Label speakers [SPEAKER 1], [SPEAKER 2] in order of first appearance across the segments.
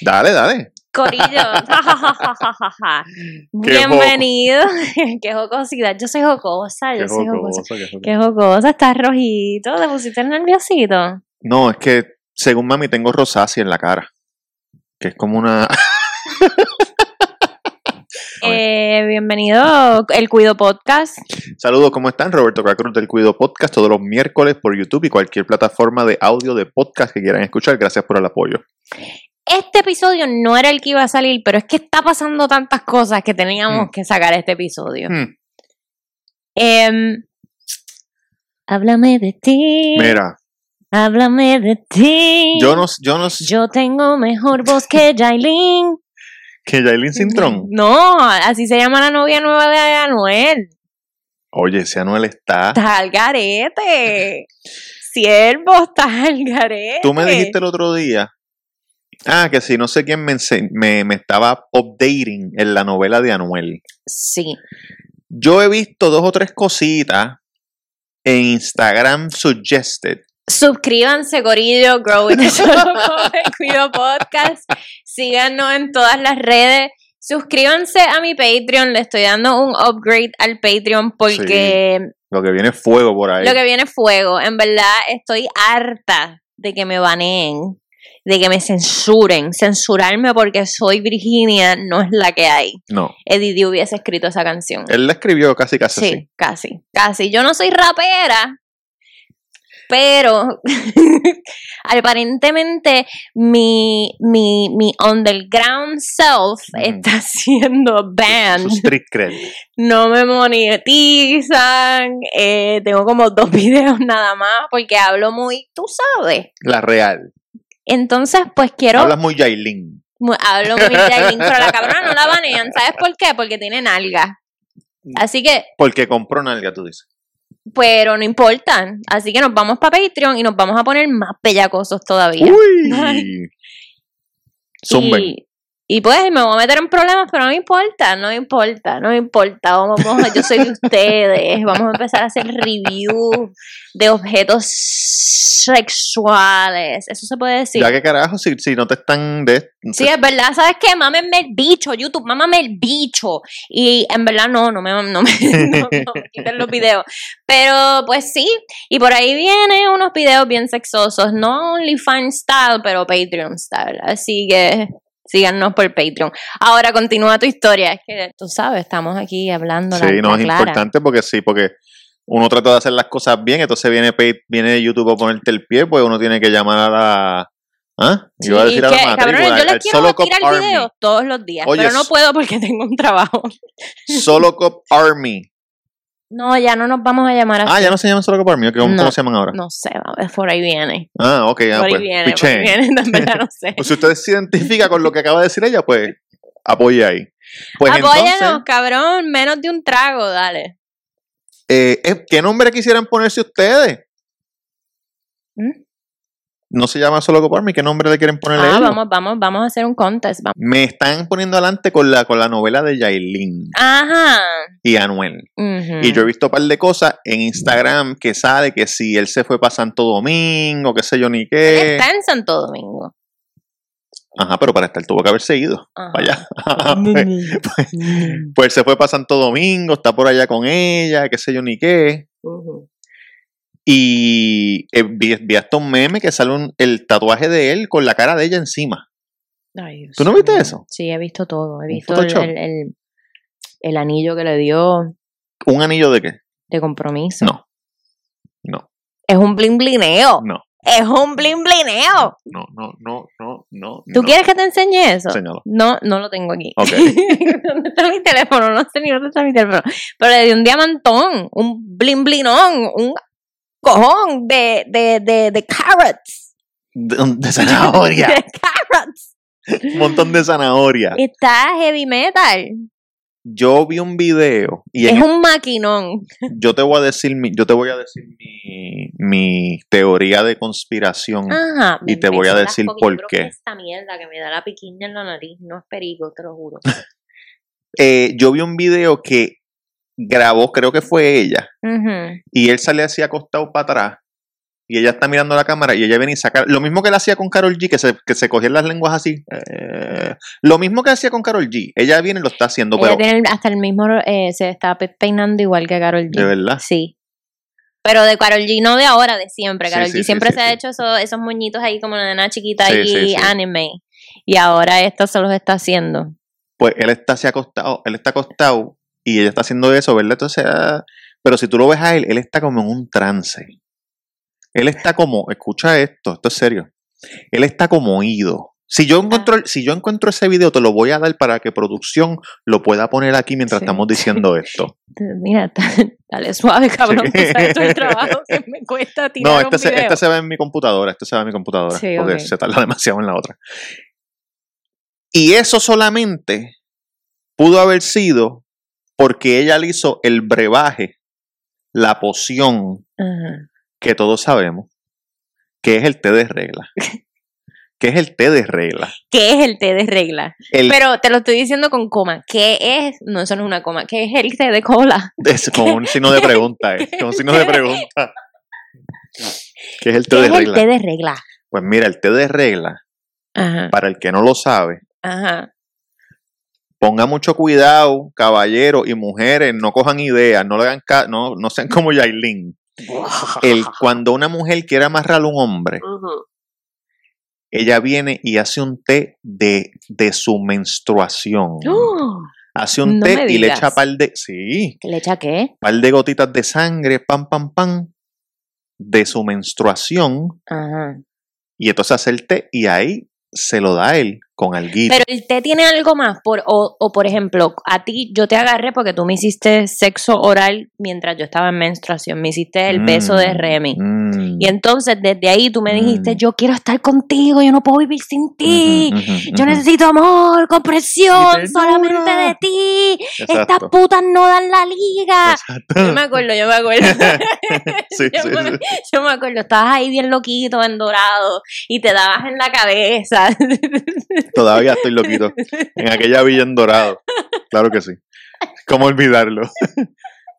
[SPEAKER 1] Dale, dale.
[SPEAKER 2] Corillo, ja, ja, ja, ja, ja, ja.
[SPEAKER 1] Qué
[SPEAKER 2] bienvenido. Qué jocosidad. Yo soy jocosa, Ah, yo
[SPEAKER 1] Qué
[SPEAKER 2] soy
[SPEAKER 1] jocoso,
[SPEAKER 2] jocosa.
[SPEAKER 1] qué jocoso.
[SPEAKER 2] Qué jocosa, estás rojito, te pusiste nerviosito.
[SPEAKER 1] No, es que según mami tengo rosácea en la cara. Que es como una. A ver.
[SPEAKER 2] Eh, bienvenido el Cuido Podcast.
[SPEAKER 1] Saludos, ¿cómo están? Roberto Cracruz del Cuido Podcast todos los miércoles por YouTube y cualquier plataforma de audio de podcast que quieran escuchar. Gracias por el apoyo.
[SPEAKER 2] Este episodio no era el que iba a salir, pero es que está pasando tantas cosas que teníamos
[SPEAKER 1] Mm.
[SPEAKER 2] que sacar este episodio.
[SPEAKER 1] Hmm,
[SPEAKER 2] Em, háblame de ti.
[SPEAKER 1] Mira,
[SPEAKER 2] Háblame de ti.
[SPEAKER 1] yo no, yo no sé
[SPEAKER 2] Yo tengo mejor voz que Jailin.
[SPEAKER 1] que Yailin Cintrón.
[SPEAKER 2] No, así se llama la novia nueva de Anuel.
[SPEAKER 1] Oye, ese Anuel está.
[SPEAKER 2] Estás al garete. Siervo, estás al garete.
[SPEAKER 1] Tú me dijiste el otro día. Ah, que si no sé quién me, ense- me, me estaba updating en la novela de Anuel.
[SPEAKER 2] Sí.
[SPEAKER 1] Yo he visto dos o tres cositas en Instagram suggested.
[SPEAKER 2] Suscríbanse, Corillo, Grow It Solo Come, Cuido Podcast. Síganos en todas las redes. Suscríbanse a mi Patreon. Le estoy dando un upgrade al Patreon porque
[SPEAKER 1] Lo que viene es fuego por ahí.
[SPEAKER 2] Lo que viene es fuego. En verdad, estoy harta de que me baneen, de que me censuren. Censurarme porque soy Virginia no es la que hay.
[SPEAKER 1] No,
[SPEAKER 2] Eddie D hubiese escrito esa canción.
[SPEAKER 1] él la escribió casi casi así.
[SPEAKER 2] Sí, casi, casi. Yo no soy rapera, pero aparentemente mi, mi, mi underground self
[SPEAKER 1] Ujú.
[SPEAKER 2] está siendo
[SPEAKER 1] Su
[SPEAKER 2] banned
[SPEAKER 1] street cred.
[SPEAKER 2] no me monetizan, eh, tengo como dos videos nada más porque hablo muy, tú sabes.
[SPEAKER 1] La real.
[SPEAKER 2] Entonces, pues quiero,
[SPEAKER 1] Hablas muy Yailin.
[SPEAKER 2] mu- hablo muy de link, pero la cabrona no la banean, ¿sabes por qué? Porque tiene nalga. Así que,
[SPEAKER 1] Porque compró nalga, tú dices.
[SPEAKER 2] pero no importan. Así que nos vamos para Patreon y nos vamos a poner más bellacosos todavía.
[SPEAKER 1] Uy. Zumben.
[SPEAKER 2] Y, y pues me voy a meter en problemas, pero no me importa, no me importa, no me importa. Vamos, vamos, yo soy de ustedes. Vamos a empezar a hacer review de objetos sexuales. Eso se puede decir.
[SPEAKER 1] Ya que carajo, si, si no te están de.
[SPEAKER 2] Sí, es verdad, ¿sabes qué? Mámenme el bicho, YouTube, mámame el bicho. Y en verdad no, no me, no me, no, no me quiten los videos. Pero pues sí, y por ahí vienen unos videos bien sexosos, no OnlyFans style, pero Patreon style. Así que síganos por Patreon. Ahora continúa tu historia, es que tú sabes, estamos aquí hablando. la-
[SPEAKER 1] Sí, no,
[SPEAKER 2] la
[SPEAKER 1] es
[SPEAKER 2] clara.
[SPEAKER 1] importante porque sí, porque uno trata de hacer las cosas bien, entonces viene, Pay- viene YouTube a ponerte el pie, pues uno tiene que llamar a la. ¿Ah?
[SPEAKER 2] Sí,
[SPEAKER 1] Iba a decir a la
[SPEAKER 2] que,
[SPEAKER 1] matrícula,
[SPEAKER 2] cabrones, yo
[SPEAKER 1] al
[SPEAKER 2] les quiero
[SPEAKER 1] Solo Cop
[SPEAKER 2] tirar
[SPEAKER 1] Army.
[SPEAKER 2] videos todos los días,
[SPEAKER 1] Oye,
[SPEAKER 2] pero no
[SPEAKER 1] es-
[SPEAKER 2] puedo porque tengo un trabajo.
[SPEAKER 1] Solo Cop Army.
[SPEAKER 2] No, ya no nos vamos a llamar así.
[SPEAKER 1] Ah, ya no se llaman Solo Cop Army, ¿o qué? ¿cómo,
[SPEAKER 2] No.
[SPEAKER 1] cómo se llaman ahora?
[SPEAKER 2] No sé, va, por ahí viene.
[SPEAKER 1] Ah, ok, ah,
[SPEAKER 2] por ahí
[SPEAKER 1] pues,
[SPEAKER 2] viene, por ahí
[SPEAKER 1] pichén.
[SPEAKER 2] viene, en verdad no sé.
[SPEAKER 1] Pues si usted se identifica con lo que acaba de decir ella, pues apoye ahí. Pues
[SPEAKER 2] Apóyanos,
[SPEAKER 1] entonces,
[SPEAKER 2] cabrón, menos de un trago, dale.
[SPEAKER 1] eh, eh, ¿qué nombre quisieran ponerse ustedes?
[SPEAKER 2] ¿Mm?
[SPEAKER 1] No se llama Solo Cop Army, ¿qué nombre le quieren ponerle? a
[SPEAKER 2] Ah,
[SPEAKER 1] ellos?
[SPEAKER 2] vamos, vamos, vamos a hacer un contest. vamos.
[SPEAKER 1] Me están poniendo adelante con la, con la novela de Yailin
[SPEAKER 2] Ajá.
[SPEAKER 1] y Anuel.
[SPEAKER 2] Ujú.
[SPEAKER 1] Y yo he visto un par de cosas en Instagram que sale que si él se fue para Santo Domingo, qué sé yo ni qué.
[SPEAKER 2] Está en Santo Domingo.
[SPEAKER 1] Ajá, pero para estar tuvo que haber seguido
[SPEAKER 2] Ajá.
[SPEAKER 1] para allá. pues se fue para Santo Domingo, está por allá con ella, qué sé yo ni qué.
[SPEAKER 2] Ujú.
[SPEAKER 1] Y eh, vi, vi hasta un meme que sale un- el tatuaje de él con la cara de ella encima.
[SPEAKER 2] Ay, Dios
[SPEAKER 1] ¿Tú no viste
[SPEAKER 2] mío.
[SPEAKER 1] eso?
[SPEAKER 2] Sí, he visto todo. He
[SPEAKER 1] ¿Un
[SPEAKER 2] visto el,
[SPEAKER 1] Photoshop?
[SPEAKER 2] el- el- el anillo que le dio
[SPEAKER 1] ¿Un anillo de qué?
[SPEAKER 2] de compromiso.
[SPEAKER 1] No. No.
[SPEAKER 2] Es un blin blineo.
[SPEAKER 1] No.
[SPEAKER 2] Es un blin blineo.
[SPEAKER 1] No, no, no, no, no.
[SPEAKER 2] ¿Tú
[SPEAKER 1] no.
[SPEAKER 2] quieres que te enseñe eso?
[SPEAKER 1] Señalo.
[SPEAKER 2] No, no lo tengo aquí.
[SPEAKER 1] Ok.
[SPEAKER 2] ¿Dónde está mi teléfono? No sé ni dónde está mi teléfono. Pero le di un diamantón, un blin blinón, un cojón de, de, de, de carrots.
[SPEAKER 1] De, de zanahoria.
[SPEAKER 2] De carrots.
[SPEAKER 1] un montón de zanahoria.
[SPEAKER 2] Está heavy metal.
[SPEAKER 1] Yo vi un video y en
[SPEAKER 2] Es un maquinón.
[SPEAKER 1] yo te voy a decir mi, yo te voy a decir mi, mi teoría de conspiración.
[SPEAKER 2] Ajá.
[SPEAKER 1] Y te
[SPEAKER 2] me
[SPEAKER 1] voy a
[SPEAKER 2] hizo
[SPEAKER 1] decir
[SPEAKER 2] asco, que
[SPEAKER 1] por
[SPEAKER 2] yo creo que
[SPEAKER 1] qué.
[SPEAKER 2] Esta mierda que me da la piquiña en la nariz no es perico, te lo juro.
[SPEAKER 1] Eh, yo vi un video que grabó, creo que fue ella,
[SPEAKER 2] Ujú.
[SPEAKER 1] y él sale así acostado para atrás y ella está mirando la cámara y ella viene y saca. Lo mismo que él hacía con Carol G, que se, que se cogían las lenguas así. eh, lo mismo que hacía con Carol G. Ella viene y lo está haciendo,
[SPEAKER 2] Ella
[SPEAKER 1] pero.
[SPEAKER 2] tiene el- hasta el mismo, eh, se está pe- peinando igual que Carol G.
[SPEAKER 1] De verdad.
[SPEAKER 2] Sí. Pero de Carol G, no de ahora, de siempre.
[SPEAKER 1] Sí,
[SPEAKER 2] Carol
[SPEAKER 1] sí,
[SPEAKER 2] G
[SPEAKER 1] sí,
[SPEAKER 2] siempre
[SPEAKER 1] sí,
[SPEAKER 2] se ha
[SPEAKER 1] sí.
[SPEAKER 2] hecho eso- esos moñitos ahí como de una chiquita
[SPEAKER 1] Sí,
[SPEAKER 2] y
[SPEAKER 1] sí, sí.
[SPEAKER 2] anime. Y ahora esto se los está haciendo.
[SPEAKER 1] Pues él está así acostado, él está acostado y ella está haciendo eso, ¿verdad? Entonces. ah, pero si tú lo ves a él, él está como en un trance. Él está como, escucha esto, esto es serio. Él está como oído. Si
[SPEAKER 2] Ah.
[SPEAKER 1] yo encuentro, el- si yo encuentro ese video, te lo voy a dar para que producción lo pueda poner aquí mientras
[SPEAKER 2] Sí.
[SPEAKER 1] estamos diciendo esto.
[SPEAKER 2] Mira, dale suave, cabrón,
[SPEAKER 1] Sí.
[SPEAKER 2] que sabes todo el trabajo que me cuesta tirar
[SPEAKER 1] No, este
[SPEAKER 2] un
[SPEAKER 1] se,
[SPEAKER 2] video.
[SPEAKER 1] este se ve en mi computadora, este se ve en mi computadora,
[SPEAKER 2] Sí,
[SPEAKER 1] porque
[SPEAKER 2] ok.
[SPEAKER 1] se tarda demasiado en la otra. Y eso solamente pudo haber sido porque ella le hizo el brebaje, la poción
[SPEAKER 2] Ajá.
[SPEAKER 1] que todos sabemos, que es el té de regla. que es el té de regla.
[SPEAKER 2] ¿Qué es el té de regla?
[SPEAKER 1] El
[SPEAKER 2] Pero te lo estoy diciendo con coma. ¿Qué es? No, eso no es una coma. ¿Qué es el té de cola?
[SPEAKER 1] es con un signo de pregunta, eh, con un signo de pregunta. ¿Qué es el té
[SPEAKER 2] ¿Qué
[SPEAKER 1] de
[SPEAKER 2] es el
[SPEAKER 1] regla?
[SPEAKER 2] té de regla?
[SPEAKER 1] Pues mira, el té de regla,
[SPEAKER 2] Ajá,
[SPEAKER 1] para el que no lo sabe,
[SPEAKER 2] ajá.
[SPEAKER 1] Ponga mucho cuidado, caballeros y mujeres, no cojan ideas, no le hagan ca- no, no sean como Yailin. El, cuando una mujer quiere amarrar a un hombre,
[SPEAKER 2] Ujú.
[SPEAKER 1] ella viene y hace un té de, de su menstruación.
[SPEAKER 2] ¡Oh!
[SPEAKER 1] Hace un
[SPEAKER 2] no
[SPEAKER 1] té
[SPEAKER 2] me
[SPEAKER 1] y le
[SPEAKER 2] digas.
[SPEAKER 1] echa par de, sí,
[SPEAKER 2] ¿Le echa qué?
[SPEAKER 1] par de gotitas de sangre, pam, pam, pam, de su menstruación.
[SPEAKER 2] Ajá.
[SPEAKER 1] Y entonces hace el té y ahí se lo da él con alguito.
[SPEAKER 2] Pero el té tiene algo más, por, o, o por ejemplo, a ti yo te agarré porque tú me hiciste sexo oral mientras yo estaba en menstruación, me hiciste el beso de
[SPEAKER 1] Mm,
[SPEAKER 2] Remy.
[SPEAKER 1] mm,
[SPEAKER 2] Y entonces desde ahí tú me dijiste,
[SPEAKER 1] Mm.
[SPEAKER 2] yo quiero estar contigo, yo no puedo vivir sin ti.
[SPEAKER 1] ujú, ujú,
[SPEAKER 2] Yo
[SPEAKER 1] ujú.
[SPEAKER 2] necesito amor, compresión,
[SPEAKER 1] mm, Y ternura.
[SPEAKER 2] solamente de ti. Estas
[SPEAKER 1] Exacto,
[SPEAKER 2] putas no dan la liga. Yo me acuerdo, yo me acuerdo.
[SPEAKER 1] Sí,
[SPEAKER 2] yo,
[SPEAKER 1] sí,
[SPEAKER 2] me,
[SPEAKER 1] sí.
[SPEAKER 2] yo me acuerdo, estabas ahí bien loquito, en dorado, y te dabas en la cabeza.
[SPEAKER 1] Todavía estoy loquito. En aquella villa en Dorado. Claro que sí. ¿Cómo olvidarlo?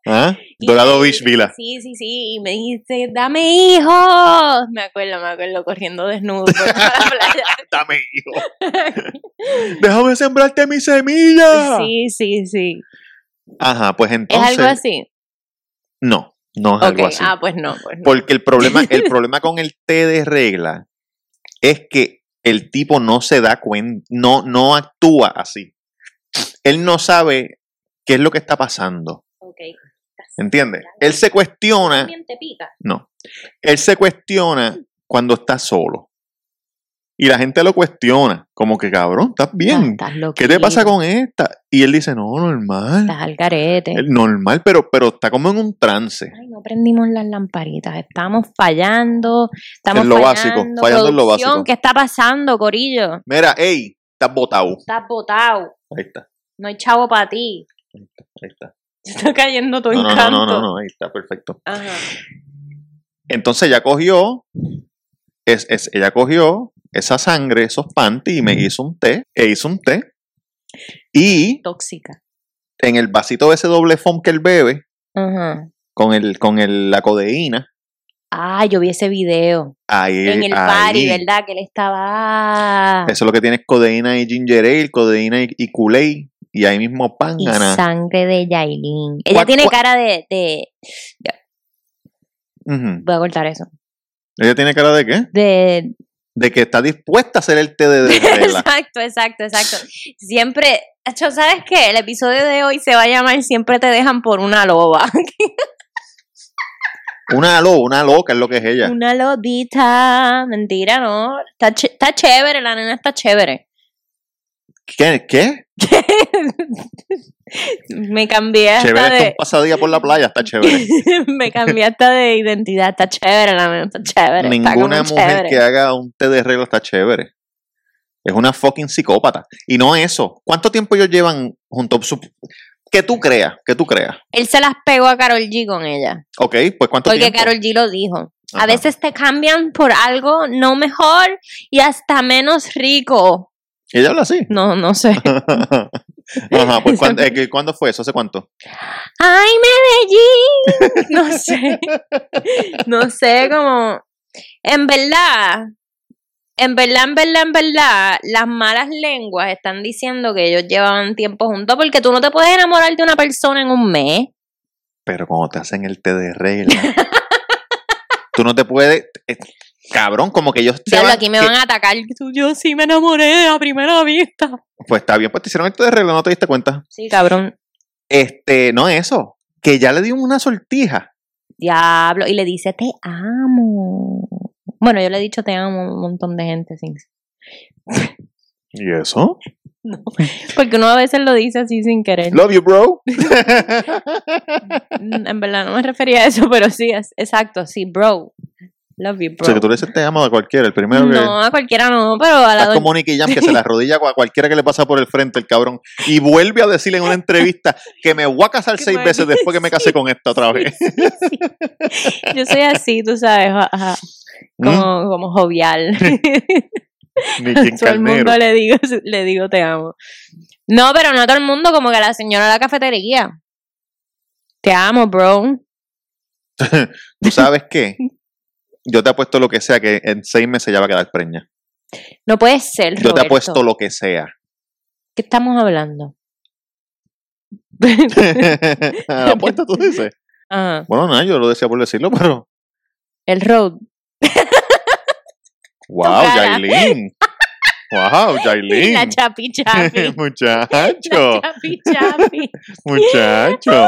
[SPEAKER 1] ¿Ah?
[SPEAKER 2] Y-
[SPEAKER 1] Dorado Beach Villa.
[SPEAKER 2] Sí, sí, sí. Y me dijiste, dame hijos. Me acuerdo, me acuerdo, corriendo desnudo por toda la playa.
[SPEAKER 1] Dame, hijo. Déjame sembrarte mi semilla.
[SPEAKER 2] Sí, sí, sí.
[SPEAKER 1] Ajá, pues
[SPEAKER 2] ¿Es
[SPEAKER 1] entonces.
[SPEAKER 2] algo así?
[SPEAKER 1] No, no es
[SPEAKER 2] Ok,
[SPEAKER 1] algo así.
[SPEAKER 2] Ah, pues no, pues no.
[SPEAKER 1] Porque el problema, el problema con el té de regla es que el tipo no se da cuenta, no, no actúa así. Él no sabe qué es lo que está pasando.
[SPEAKER 2] Ok.
[SPEAKER 1] ¿Entiendes? Él se cuestiona.
[SPEAKER 2] También te pica.
[SPEAKER 1] No. Él se cuestiona cuando está solo. Y la gente lo cuestiona, como que cabrón, estás
[SPEAKER 2] Ah,
[SPEAKER 1] bien.
[SPEAKER 2] estás
[SPEAKER 1] ¿Qué te pasa
[SPEAKER 2] loquito,
[SPEAKER 1] con esta? Y él dice, no, normal.
[SPEAKER 2] Estás al carete.
[SPEAKER 1] Él, Normal, pero, pero está como en un trance.
[SPEAKER 2] Ay, no prendimos las lamparitas. Estamos fallando. Estamos
[SPEAKER 1] En lo básico,
[SPEAKER 2] fallando.
[SPEAKER 1] fallando en lo
[SPEAKER 2] Producción,
[SPEAKER 1] básico.
[SPEAKER 2] ¿Qué está pasando, Corillo?
[SPEAKER 1] Mira, ey, estás botado.
[SPEAKER 2] Estás botado.
[SPEAKER 1] Ahí está,
[SPEAKER 2] No hay chavo para ti.
[SPEAKER 1] ahí está.
[SPEAKER 2] Te está cayendo tu
[SPEAKER 1] No, no, no,
[SPEAKER 2] encanto.
[SPEAKER 1] no, no, no, ahí está, perfecto.
[SPEAKER 2] Ajá.
[SPEAKER 1] Entonces ella cogió, es, es- ella cogió esa sangre, esos panties, y me hizo un té, e hizo un té. Y
[SPEAKER 2] Tóxica.
[SPEAKER 1] en el vasito de ese doble foam que él bebe,
[SPEAKER 2] Ajá.
[SPEAKER 1] con el con el, la codeína.
[SPEAKER 2] Ah, yo vi ese video.
[SPEAKER 1] Ahí,
[SPEAKER 2] en el
[SPEAKER 1] ahí.
[SPEAKER 2] party, ¿verdad? Que él estaba. ah,
[SPEAKER 1] Eso es lo que tienes codeína y ginger ale, codeína y, y Kool-Aid, y ahí mismo pan
[SPEAKER 2] y
[SPEAKER 1] gana.
[SPEAKER 2] sangre de Yailin.
[SPEAKER 1] Cuac,
[SPEAKER 2] Ella tiene
[SPEAKER 1] cuac.
[SPEAKER 2] cara de, de.
[SPEAKER 1] Ujú.
[SPEAKER 2] Voy a cortar eso.
[SPEAKER 1] ¿Ella tiene cara de qué?
[SPEAKER 2] De.
[SPEAKER 1] De que está dispuesta a hacer el té de de regla.
[SPEAKER 2] Exacto, exacto, exacto. Siempre. Acho, ¿sabes qué? El episodio de hoy se va a llamar Siempre te dejan por una loba.
[SPEAKER 1] Una loca, una loca es lo que es ella.
[SPEAKER 2] una lobita. Mentira, ¿no? Está, ch- está chévere, la nena está chévere.
[SPEAKER 1] ¿Qué? ¿Qué?
[SPEAKER 2] Me cambié hasta
[SPEAKER 1] Chévere está
[SPEAKER 2] de.
[SPEAKER 1] un pasadía por la playa, está chévere.
[SPEAKER 2] me cambié hasta de identidad. Está chévere, la nena está chévere. está como
[SPEAKER 1] Ninguna mujer
[SPEAKER 2] chévere.
[SPEAKER 1] que haga un té de regla está chévere. Es una fucking psicópata. Y no eso. ¿Cuánto tiempo ellos llevan junto? Su... Que tú creas, que tú creas.
[SPEAKER 2] Él se las pegó a Carol G con ella.
[SPEAKER 1] Ok, pues ¿cuánto
[SPEAKER 2] Porque
[SPEAKER 1] tiempo?
[SPEAKER 2] Carol G lo dijo. A
[SPEAKER 1] Ajá.
[SPEAKER 2] veces te cambian por algo no mejor y hasta menos rico.
[SPEAKER 1] Ella habla así.
[SPEAKER 2] No, no sé.
[SPEAKER 1] Ajá, pues ¿cuándo, eh, que- ¿cuándo fue eso? ¿Hace cuánto?
[SPEAKER 2] ¡Ay, Medellín! No sé. No sé, como En verdad, en verdad, en verdad, en verdad, las malas lenguas están diciendo que ellos llevaban tiempo juntos porque tú no te puedes enamorar de una persona en un mes.
[SPEAKER 1] Pero cuando te hacen el té de regla, tú no te puedes. eh, cabrón, como que ellos se
[SPEAKER 2] Diablo,
[SPEAKER 1] van-
[SPEAKER 2] aquí me
[SPEAKER 1] que-
[SPEAKER 2] van a atacar. Yo sí me enamoré a primera vista.
[SPEAKER 1] Pues está bien, pues te hicieron el té de regla, no te diste cuenta.
[SPEAKER 2] Sí, cabrón.
[SPEAKER 1] Este, no eso. Que ya le dio una sortija.
[SPEAKER 2] Diablo. Y le dice, te amo. Bueno, yo le he dicho te amo a un montón de gente. Sin...
[SPEAKER 1] ¿Y eso?
[SPEAKER 2] Porque uno a veces lo dice así sin querer.
[SPEAKER 1] Love you, bro.
[SPEAKER 2] Mm, En verdad, no me refería a eso, pero sí, es, exacto, sí, bro. Love you,
[SPEAKER 1] O sea, que
[SPEAKER 2] bro.
[SPEAKER 1] tú le dices te amo a cualquiera. El primero que.
[SPEAKER 2] No, a cualquiera no, pero a la
[SPEAKER 1] Estás
[SPEAKER 2] doña.
[SPEAKER 1] como Nicky Jam que se la arrodilla a cualquiera que le pasa por el frente, el cabrón. Y vuelve a decirle en una entrevista que me voy a casar
[SPEAKER 2] Que
[SPEAKER 1] seis
[SPEAKER 2] me-
[SPEAKER 1] veces después que me casé con esta otra vez.
[SPEAKER 2] Yo soy así, tú sabes, ajá, ajá, como, como jovial.
[SPEAKER 1] Mm, Nicky en
[SPEAKER 2] todo el
[SPEAKER 1] Carnero.
[SPEAKER 2] mundo le digo, le digo te amo. No, pero no a todo el mundo, como que a la señora de la cafetería. Te amo, bro.
[SPEAKER 1] ¿Tú sabes qué? Yo te apuesto lo que sea que en seis meses ya va a quedar preña.
[SPEAKER 2] No puede ser.
[SPEAKER 1] Yo te
[SPEAKER 2] Roberto.
[SPEAKER 1] apuesto lo que sea.
[SPEAKER 2] ¿Qué estamos hablando?
[SPEAKER 1] ¿La apuesta tú dices?
[SPEAKER 2] Ajá,
[SPEAKER 1] Bueno, nada, yo lo decía por decirlo, pero.
[SPEAKER 2] el road.
[SPEAKER 1] ¡Wow,
[SPEAKER 2] cara.
[SPEAKER 1] Jailin! ¡Wow, Jailin!
[SPEAKER 2] La chapi chapi.
[SPEAKER 1] Muchacho,
[SPEAKER 2] La chapi chapi. ¡Ah!
[SPEAKER 1] muchacho.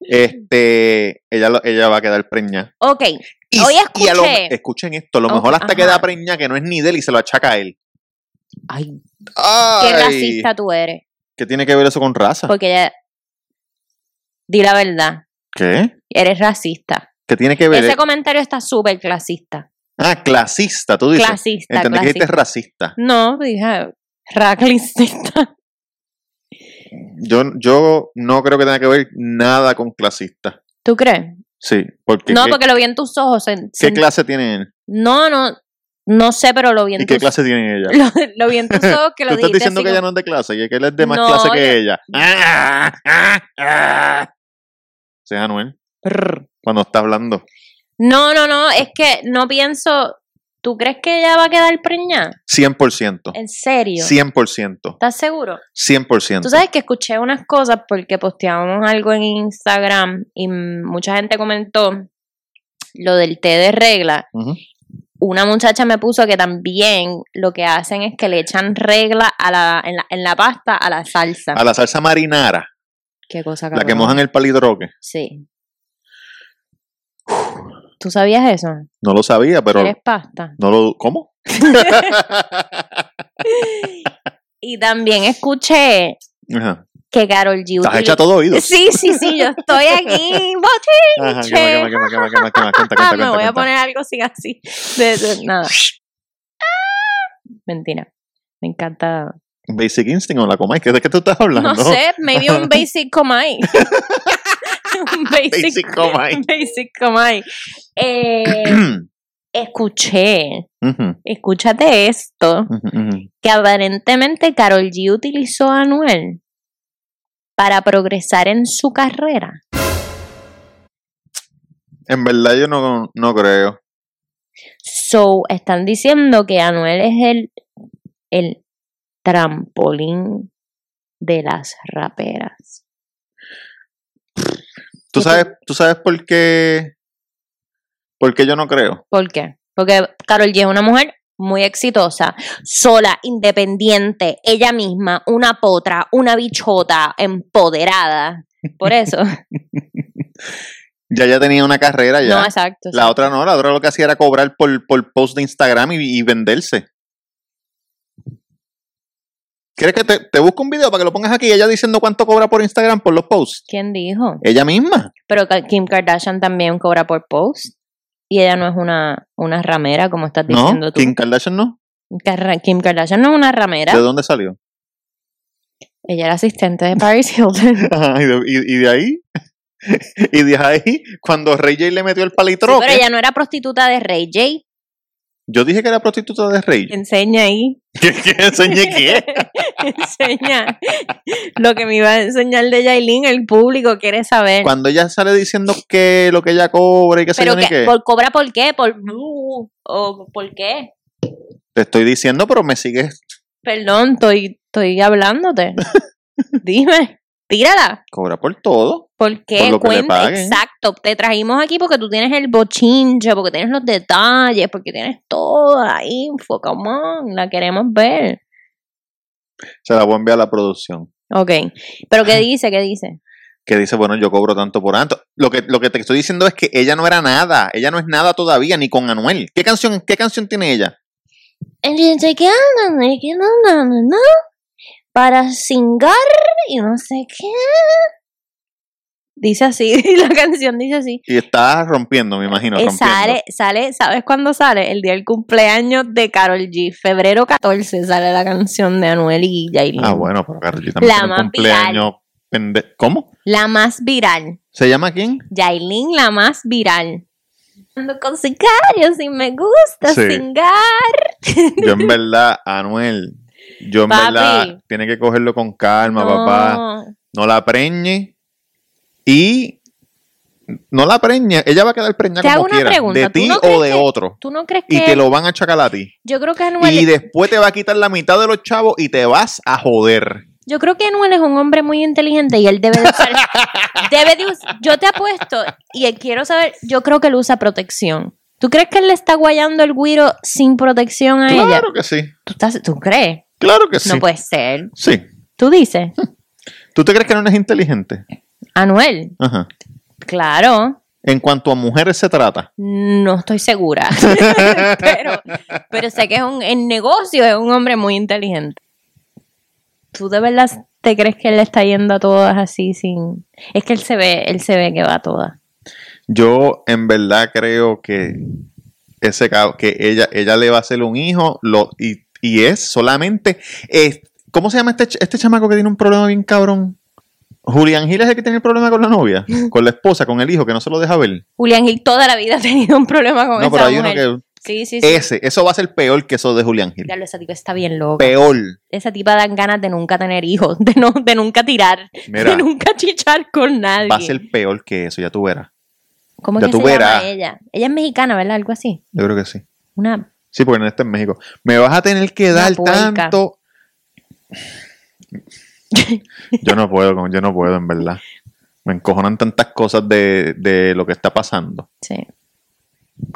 [SPEAKER 1] Este, ella, lo- ella va a quedar preña.
[SPEAKER 2] Ok,
[SPEAKER 1] Y,
[SPEAKER 2] Hoy
[SPEAKER 1] y a lo-
[SPEAKER 2] escuché.
[SPEAKER 1] escuchen esto, a lo
[SPEAKER 2] Ok,
[SPEAKER 1] mejor hasta
[SPEAKER 2] ajá.
[SPEAKER 1] queda preña que no es ni de él y se lo achaca a él.
[SPEAKER 2] Ay,
[SPEAKER 1] ¡Ay!
[SPEAKER 2] qué racista tú eres.
[SPEAKER 1] ¿Qué tiene que ver eso con raza?
[SPEAKER 2] Porque ella. Di la verdad.
[SPEAKER 1] ¿Qué?
[SPEAKER 2] Eres racista.
[SPEAKER 1] ¿Qué tiene que ver? eh.
[SPEAKER 2] Ese comentario está súper clasista.
[SPEAKER 1] Ah, clasista, tú dices.
[SPEAKER 2] Clasista,
[SPEAKER 1] Entendí que dijiste
[SPEAKER 2] clasista.
[SPEAKER 1] racista.
[SPEAKER 2] No, dije raclista.
[SPEAKER 1] Yo, yo no creo que tenga que ver nada con clasista.
[SPEAKER 2] ¿Tú crees?
[SPEAKER 1] Sí, porque
[SPEAKER 2] no,
[SPEAKER 1] ¿qué,
[SPEAKER 2] porque lo vi en tus ojos. en-
[SPEAKER 1] qué
[SPEAKER 2] sen-
[SPEAKER 1] clase tiene él?
[SPEAKER 2] no, no, no sé, pero lo vi en
[SPEAKER 1] ¿Y qué
[SPEAKER 2] tus
[SPEAKER 1] clase tiene ella?
[SPEAKER 2] lo, lo vi en tus ojos que
[SPEAKER 1] Tú
[SPEAKER 2] lo
[SPEAKER 1] estás
[SPEAKER 2] dijiste
[SPEAKER 1] diciendo
[SPEAKER 2] así
[SPEAKER 1] que ella
[SPEAKER 2] como-
[SPEAKER 1] no es de clase y que él es de más
[SPEAKER 2] No,
[SPEAKER 1] clase
[SPEAKER 2] yo-
[SPEAKER 1] que ella. ¡Ah! ¡Ah! ¡Ah! Ese es Anuel
[SPEAKER 2] Prr.
[SPEAKER 1] cuando está hablando.
[SPEAKER 2] no, no, no, es que no pienso. ¿Tú crees que ella va a quedar preñada?
[SPEAKER 1] 100%.
[SPEAKER 2] ¿En serio?
[SPEAKER 1] 100%.
[SPEAKER 2] ¿Estás seguro?
[SPEAKER 1] 100%.
[SPEAKER 2] Tú sabes que escuché unas cosas porque posteábamos algo en Instagram y mm, mucha gente comentó lo del té de regla.
[SPEAKER 1] Ujú.
[SPEAKER 2] Una muchacha me puso que también lo que hacen es que le echan regla a la, en, la, en la pasta a la salsa.
[SPEAKER 1] A la salsa marinara,
[SPEAKER 2] Qué cosa
[SPEAKER 1] la que
[SPEAKER 2] cabrona.
[SPEAKER 1] mojan el palidroque.
[SPEAKER 2] Sí. ¿Tú sabías eso?
[SPEAKER 1] No lo sabía, pero
[SPEAKER 2] ¿Quieres pasta?
[SPEAKER 1] no lo ¿cómo?
[SPEAKER 2] Y también escuché
[SPEAKER 1] Ajá.
[SPEAKER 2] que Carol G.
[SPEAKER 1] Estás
[SPEAKER 2] utili-
[SPEAKER 1] hecha todo oído.
[SPEAKER 2] Sí, sí, sí, yo estoy aquí.
[SPEAKER 1] Ajá,
[SPEAKER 2] che.
[SPEAKER 1] quema, quema, quema, quema, quema, quema. Cuenta,
[SPEAKER 2] Ah,
[SPEAKER 1] cuenta,
[SPEAKER 2] me
[SPEAKER 1] cuenta,
[SPEAKER 2] voy a
[SPEAKER 1] cuenta.
[SPEAKER 2] poner algo sin así. De, de- nada. Mentira. Me encanta.
[SPEAKER 1] Basic Instinct o la Comay, ¿qué- ¿de qué tú estás hablando?
[SPEAKER 2] No sé, maybe un basic comay. un basic,
[SPEAKER 1] Basic Comay.
[SPEAKER 2] Basic comay. Eh, escuché,
[SPEAKER 1] Ujú,
[SPEAKER 2] escúchate esto,
[SPEAKER 1] ujú, ujú.
[SPEAKER 2] que aparentemente Carol G utilizó a Anuel para progresar en su carrera.
[SPEAKER 1] En verdad yo no, no creo.
[SPEAKER 2] So, están diciendo que Anuel es el, el trampolín de las raperas.
[SPEAKER 1] ¿Tú
[SPEAKER 2] ¿Qué
[SPEAKER 1] sabes, tú sabes por qué? ¿Por qué yo no creo?
[SPEAKER 2] ¿Por qué? Porque Carol G es una mujer muy exitosa, sola, independiente, ella misma, una potra, una bichota, empoderada. Por eso.
[SPEAKER 1] Ya ya tenía una carrera ya.
[SPEAKER 2] No, exacto.
[SPEAKER 1] la
[SPEAKER 2] exacto.
[SPEAKER 1] otra no, la otra lo que hacía era cobrar por, por post de Instagram y, y venderse. ¿Quieres que te, te busque un video para que lo pongas aquí? Ella diciendo cuánto cobra por Instagram por los posts.
[SPEAKER 2] ¿Quién dijo?
[SPEAKER 1] Ella misma.
[SPEAKER 2] Pero Ka- Kim Kardashian también cobra por post. Y ella no es una, una ramera, como estás diciendo
[SPEAKER 1] ¿No?
[SPEAKER 2] tú.
[SPEAKER 1] Kim Kardashian no.
[SPEAKER 2] Karra- Kim Kardashian no es una ramera.
[SPEAKER 1] ¿De dónde salió?
[SPEAKER 2] Ella era asistente de Paris Hilton.
[SPEAKER 1] Ajá, y, de, y- y de ahí. y de ahí, cuando Rey J le metió el palitroque.
[SPEAKER 2] pero ella no era prostituta de Ray J.
[SPEAKER 1] Yo dije que era prostituta de Rey.
[SPEAKER 2] Enseña ahí.
[SPEAKER 1] ¿Qué, qué enseñé qué?
[SPEAKER 2] enseña. Lo que me iba a enseñar de Yailin, el público quiere saber.
[SPEAKER 1] Cuando ella sale diciendo que lo que ella cobra y que se
[SPEAKER 2] Pero
[SPEAKER 1] yo ni
[SPEAKER 2] que,
[SPEAKER 1] qué,
[SPEAKER 2] por cobra por qué, por blue, o por qué.
[SPEAKER 1] te estoy diciendo, pero me sigues.
[SPEAKER 2] Perdón, estoy, estoy hablándote. Dime, tírala.
[SPEAKER 1] Cobra por todo.
[SPEAKER 2] ¿Por qué?
[SPEAKER 1] Por lo que le
[SPEAKER 2] Cuenta,
[SPEAKER 1] paguen.
[SPEAKER 2] exacto. Te trajimos aquí porque tú tienes el bochinche, porque tienes los detalles, porque tienes toda la info, come on, la queremos ver.
[SPEAKER 1] Se la voy a enviar a la producción.
[SPEAKER 2] Ok, pero ¿qué dice? ¿Qué dice?
[SPEAKER 1] Que dice, bueno, yo cobro tanto por tanto. Lo que, lo que te estoy diciendo es que ella no era nada. Ella no es nada todavía, ni con Anuel. ¿Qué canción, qué canción tiene ella?
[SPEAKER 2] Entonces, ¿qué andan? ¿De qué andan? ¿No? Para cingar y no sé qué. Dice así, la canción dice así.
[SPEAKER 1] Y está rompiendo, me imagino.
[SPEAKER 2] Eh,
[SPEAKER 1] rompiendo.
[SPEAKER 2] sale, sale, ¿sabes cuándo sale? El día del cumpleaños de Carol G. Febrero 14 sale la canción de Anuel y Yailin.
[SPEAKER 1] Ah, bueno, pero Carol G también
[SPEAKER 2] La
[SPEAKER 1] tiene un
[SPEAKER 2] más
[SPEAKER 1] cumpleaños. pende- ¿Cómo?
[SPEAKER 2] La más viral.
[SPEAKER 1] ¿Se llama quién?
[SPEAKER 2] Yailin, la más viral. Ando con sicarios y me gusta
[SPEAKER 1] Sí.
[SPEAKER 2] cingar.
[SPEAKER 1] Yo en verdad, Anuel, yo en
[SPEAKER 2] Papi.
[SPEAKER 1] verdad, tiene que cogerlo con calma, papá.
[SPEAKER 2] No.
[SPEAKER 1] No la preñe y no la preñe. Ella va a quedar preñada
[SPEAKER 2] Te hago
[SPEAKER 1] como
[SPEAKER 2] una
[SPEAKER 1] quiera,
[SPEAKER 2] pregunta,
[SPEAKER 1] de
[SPEAKER 2] ¿tú
[SPEAKER 1] ti
[SPEAKER 2] no
[SPEAKER 1] o
[SPEAKER 2] crees
[SPEAKER 1] de
[SPEAKER 2] que-
[SPEAKER 1] otro.
[SPEAKER 2] ¿Tú no crees
[SPEAKER 1] Y
[SPEAKER 2] que.?
[SPEAKER 1] te lo van a achacar a ti.
[SPEAKER 2] Yo creo que Anuel.
[SPEAKER 1] Y después te va a quitar la mitad de los chavos y te vas a joder.
[SPEAKER 2] Yo creo que Anuel es un hombre muy inteligente y él debe de usar. debe de us- Yo te apuesto y eh, quiero saber. Yo creo que él usa protección. ¿Tú crees que él le está guayando el guiro sin protección a ella?
[SPEAKER 1] Claro que sí.
[SPEAKER 2] ¿Tú, estás- tú crees?
[SPEAKER 1] Claro que sí.
[SPEAKER 2] Ah, No puede ser.
[SPEAKER 1] Sí.
[SPEAKER 2] Tú dices,
[SPEAKER 1] ¿Tú te crees que no es inteligente?
[SPEAKER 2] Anuel,
[SPEAKER 1] Ajá.
[SPEAKER 2] claro,
[SPEAKER 1] En cuanto a mujeres se trata.
[SPEAKER 2] no estoy segura. pero, pero sé que es un, en negocio es un hombre muy inteligente. ¿Tú de verdad te crees que él le está yendo a todas así sin.? Es que él se ve, él se ve que va a todas.
[SPEAKER 1] Yo en verdad creo que ese cab- que ella, ella le va a hacer un hijo lo, y, y es solamente eh, ¿cómo se llama este, ch- este chamaco que tiene un problema bien cabrón? Julián Gil es el que tiene el problema con la novia, con la esposa, con el hijo, que no se lo deja ver.
[SPEAKER 2] Julián Gil toda la vida ha tenido un problema con
[SPEAKER 1] No,
[SPEAKER 2] esa
[SPEAKER 1] pero hay uno
[SPEAKER 2] mujer.
[SPEAKER 1] que.
[SPEAKER 2] Sí, sí, sí.
[SPEAKER 1] Ese, eso va a ser peor que eso de Julián Gil.
[SPEAKER 2] Diablo, esa tipa está bien loca.
[SPEAKER 1] Peor.
[SPEAKER 2] Esa tipa dan ganas de nunca tener hijos, de no, de nunca tirar,
[SPEAKER 1] Mira,
[SPEAKER 2] de nunca chichar con nadie.
[SPEAKER 1] va a ser peor que eso, ya tú verás.
[SPEAKER 2] ¿Cómo
[SPEAKER 1] ya
[SPEAKER 2] es que
[SPEAKER 1] tú
[SPEAKER 2] se
[SPEAKER 1] verás.
[SPEAKER 2] llama ella? Ella es mexicana, ¿verdad? Algo así.
[SPEAKER 1] Yo creo que sí.
[SPEAKER 2] Una.
[SPEAKER 1] Sí, porque no está en México. Me vas a tener que
[SPEAKER 2] Una
[SPEAKER 1] dar
[SPEAKER 2] puerca.
[SPEAKER 1] tanto. Yo no puedo, con- yo no puedo, en verdad. Me encojonan tantas cosas de, de lo que está pasando.
[SPEAKER 2] Sí.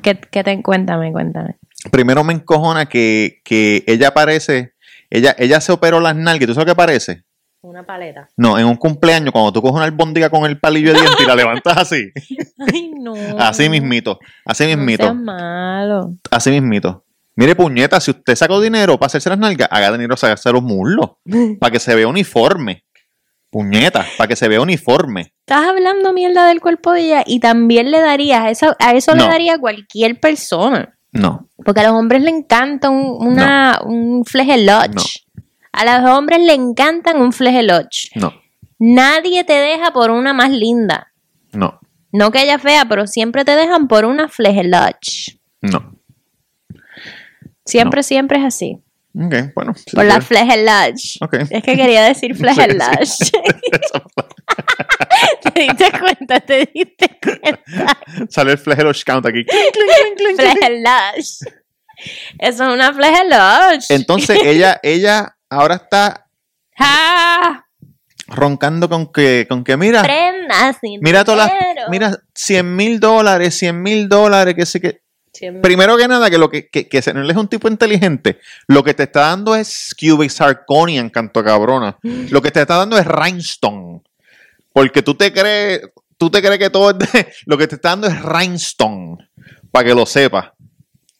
[SPEAKER 2] ¿Qué, qué te cuéntame, cuéntame?
[SPEAKER 1] Primero me encojona que, que ella parece, ella, ella se operó las nalgas, ¿tú sabes qué parece?
[SPEAKER 2] Una paleta.
[SPEAKER 1] No, en un cumpleaños, cuando tú coges una albóndiga con el palillo de diente y la levantas así,
[SPEAKER 2] Ay, no.
[SPEAKER 1] así mismito, así
[SPEAKER 2] Mm. No
[SPEAKER 1] mismito,
[SPEAKER 2] seas malo.
[SPEAKER 1] así mismito. Mire, puñeta, si usted sacó dinero para hacerse las nalgas, haga dinero para hacerse los muslos. para que se vea uniforme. Puñeta, para que se vea uniforme.
[SPEAKER 2] Estás hablando mierda del cuerpo de ella y también le darías, a eso, a eso le
[SPEAKER 1] No.
[SPEAKER 2] daría a cualquier persona.
[SPEAKER 1] No.
[SPEAKER 2] Porque a los hombres le encanta un, una, un flegelotch.
[SPEAKER 1] No.
[SPEAKER 2] A los hombres le encantan un flegelotch.
[SPEAKER 1] No,
[SPEAKER 2] Nadie te deja por una más linda.
[SPEAKER 1] no,
[SPEAKER 2] No que ella fea, pero siempre te dejan por una flegelotch.
[SPEAKER 1] no.
[SPEAKER 2] Siempre, siempre es así.
[SPEAKER 1] Ok, bueno. si
[SPEAKER 2] por la
[SPEAKER 1] quieres.
[SPEAKER 2] flegelotch.
[SPEAKER 1] Ok.
[SPEAKER 2] Es que quería decir flegelotch. ¿Te diste cuenta? ¿Te diste cuenta?
[SPEAKER 1] Sale el flagelo count aquí.
[SPEAKER 2] Flegelotch. Eso es una flegelotch.
[SPEAKER 1] Entonces ella, ella ahora está
[SPEAKER 2] ¡Ja!
[SPEAKER 1] roncando con que, con que mira,
[SPEAKER 2] Prenda sin
[SPEAKER 1] mira todas
[SPEAKER 2] dinero.
[SPEAKER 1] las, mira, 100 mil dólares, 100 mil dólares, que sé que.
[SPEAKER 2] Siempre.
[SPEAKER 1] Primero que nada, que lo que, que, que Anuel es un tipo inteligente, lo que te está dando es Cubic Sarconian, canto cabrona. Lo que te está dando es Rhinestone. Porque tú te crees, tú te crees que todo es de- lo que te está dando es Rhinestone, para que lo sepas.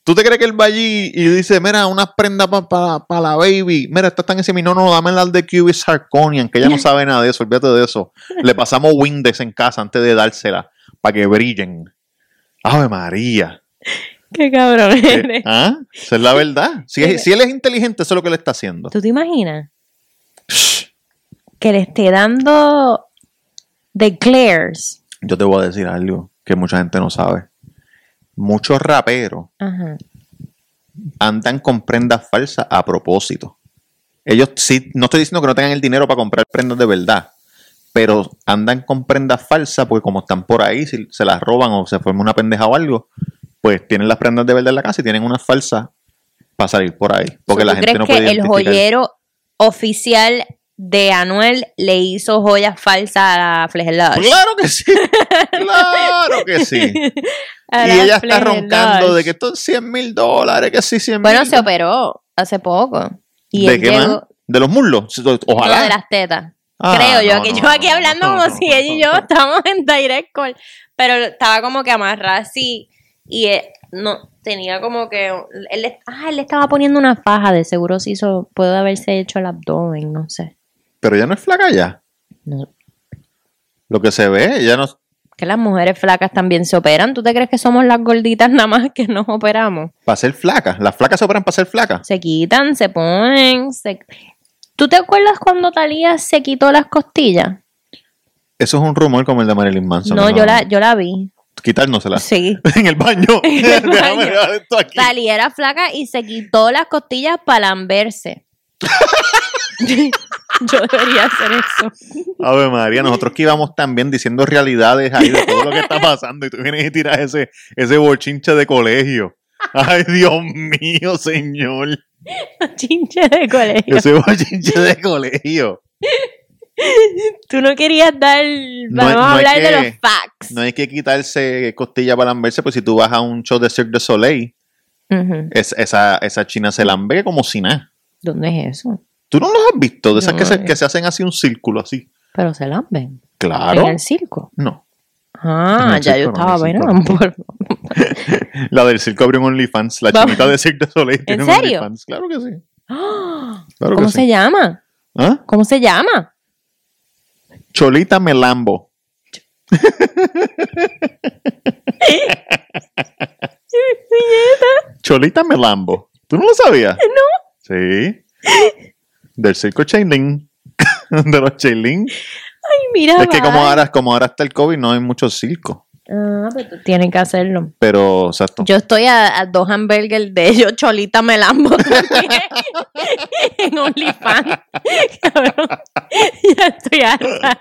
[SPEAKER 1] ¿Tú te crees que él va allí y dice, mira, unas prendas para la baby? Mira, estas están en semi. No, no, dame las de Cubic Sarconian, que ella no sabe nada de eso, olvídate de eso. Le pasamos Windex en casa antes de dársela, para que brillen. Ave María.
[SPEAKER 2] Qué cabrón
[SPEAKER 1] Eh,
[SPEAKER 2] eres.
[SPEAKER 1] ¿Ah? Esa es la verdad. Si, es- si él es inteligente, eso es lo que le está haciendo.
[SPEAKER 2] ¿Tú te imaginas? Que le esté dando declares.
[SPEAKER 1] Yo te voy a decir algo que mucha gente no sabe. Muchos raperos
[SPEAKER 2] Ajá.
[SPEAKER 1] andan con prendas falsas a propósito. Ellos sí, no estoy diciendo que no tengan el dinero para comprar prendas de verdad, pero andan con prendas falsas porque como están por ahí, si se las roban o se forma una pendeja o algo, pues tienen las prendas de verdad en la casa y tienen unas falsas para salir por ahí. Porque
[SPEAKER 2] ¿Tú
[SPEAKER 1] la gente
[SPEAKER 2] crees
[SPEAKER 1] no
[SPEAKER 2] que
[SPEAKER 1] puede
[SPEAKER 2] el
[SPEAKER 1] identificar.
[SPEAKER 2] joyero oficial de Anuel le hizo joyas falsas a la Flegel Lodge?
[SPEAKER 1] Claro que sí, claro que sí.
[SPEAKER 2] A
[SPEAKER 1] Y
[SPEAKER 2] la
[SPEAKER 1] ella está
[SPEAKER 2] Flegel
[SPEAKER 1] roncando
[SPEAKER 2] Lodge.
[SPEAKER 1] de que esto es 100 mil dólares, que sí, 100 mil.
[SPEAKER 2] Bueno, se operó hace poco. Y
[SPEAKER 1] ¿De
[SPEAKER 2] él
[SPEAKER 1] qué
[SPEAKER 2] llegó-
[SPEAKER 1] más? ¿De los muslos? Ojalá.
[SPEAKER 2] No, de las tetas.
[SPEAKER 1] Ah,
[SPEAKER 2] Creo yo,
[SPEAKER 1] no,
[SPEAKER 2] que
[SPEAKER 1] no,
[SPEAKER 2] yo aquí
[SPEAKER 1] no,
[SPEAKER 2] hablando
[SPEAKER 1] no,
[SPEAKER 2] como
[SPEAKER 1] no,
[SPEAKER 2] si
[SPEAKER 1] no,
[SPEAKER 2] ella y
[SPEAKER 1] no,
[SPEAKER 2] yo
[SPEAKER 1] no.
[SPEAKER 2] estábamos en direct call, pero estaba como que amarrada así y eh, no tenía como que él le- ah, él le estaba poniendo una faja, de seguro se hizo, puede haberse hecho el abdomen, no sé.
[SPEAKER 1] Pero ella no es flaca ya.
[SPEAKER 2] No.
[SPEAKER 1] Lo que se ve, ella no.
[SPEAKER 2] Que las mujeres flacas también se operan, ¿tú te crees que somos las gorditas nada más que nos operamos?
[SPEAKER 1] Para ser flaca. Las flacas se operan para ser flacas.
[SPEAKER 2] Se quitan, se ponen, se ¿Tú te acuerdas cuando Talía se quitó las costillas?
[SPEAKER 1] Eso es un rumor como el de Marilyn Manson.
[SPEAKER 2] No,
[SPEAKER 1] que
[SPEAKER 2] yo la yo la vi.
[SPEAKER 1] Quitárnosela.
[SPEAKER 2] Sí.
[SPEAKER 1] en el baño.
[SPEAKER 2] En el
[SPEAKER 1] Déjame
[SPEAKER 2] baño.
[SPEAKER 1] dejar esto aquí.
[SPEAKER 2] Talía era flaca y se quitó las costillas para lamberse. Yo debería hacer eso.
[SPEAKER 1] Ave María, nosotros que íbamos también diciendo realidades ahí de todo lo que está pasando y tú vienes y tiras ese, ese bochinche de colegio. Ay, Dios mío, señor.
[SPEAKER 2] Chinche de colegio.
[SPEAKER 1] Ese bochinche de colegio.
[SPEAKER 2] Tú no querías dar.
[SPEAKER 1] No hay-
[SPEAKER 2] Vamos a
[SPEAKER 1] no hay
[SPEAKER 2] hablar de
[SPEAKER 1] que-
[SPEAKER 2] los facts.
[SPEAKER 1] No hay que quitarse costilla para lamberse, pues si tú vas a un show de Cirque du Soleil,
[SPEAKER 2] Ujú.
[SPEAKER 1] es- esa, esa china se lambe como si nada.
[SPEAKER 2] ¿Dónde es eso?
[SPEAKER 1] ¿Tú no los has visto? De esas
[SPEAKER 2] No,
[SPEAKER 1] que, se,
[SPEAKER 2] eh.
[SPEAKER 1] que se hacen así un círculo, así.
[SPEAKER 2] Pero se lamben.
[SPEAKER 1] Claro.
[SPEAKER 2] En el circo.
[SPEAKER 1] No. En
[SPEAKER 2] Ah,
[SPEAKER 1] el
[SPEAKER 2] ya yo
[SPEAKER 1] circo, no,
[SPEAKER 2] estaba
[SPEAKER 1] en el
[SPEAKER 2] bueno. por-
[SPEAKER 1] La del circo abrió un OnlyFans. La
[SPEAKER 2] Vamos.
[SPEAKER 1] chinita de Cirque du Soleil tiene un
[SPEAKER 2] serio?
[SPEAKER 1] OnlyFans. Claro que sí.
[SPEAKER 2] ¡Ah!
[SPEAKER 1] Claro
[SPEAKER 2] ¿Cómo
[SPEAKER 1] que
[SPEAKER 2] se
[SPEAKER 1] sí.
[SPEAKER 2] llama?
[SPEAKER 1] ¿Ah?
[SPEAKER 2] ¿Cómo se llama?
[SPEAKER 1] Cholita Melambo. Cholita Melambo. ¿Tú no lo sabías?
[SPEAKER 2] No.
[SPEAKER 1] Sí. Del circo Chainlink. De los Chainlink.
[SPEAKER 2] Ay, mira.
[SPEAKER 1] Es que
[SPEAKER 2] va.
[SPEAKER 1] como ahora, como ahora está el COVID, no hay muchos circos.
[SPEAKER 2] Ah, pero tú tienes que hacerlo.
[SPEAKER 1] Pero, exacto.
[SPEAKER 2] Yo estoy a, a dos hamburgers de ellos, Cholita Melambo también. en OnlyFans. Cabrón. Ya estoy harta.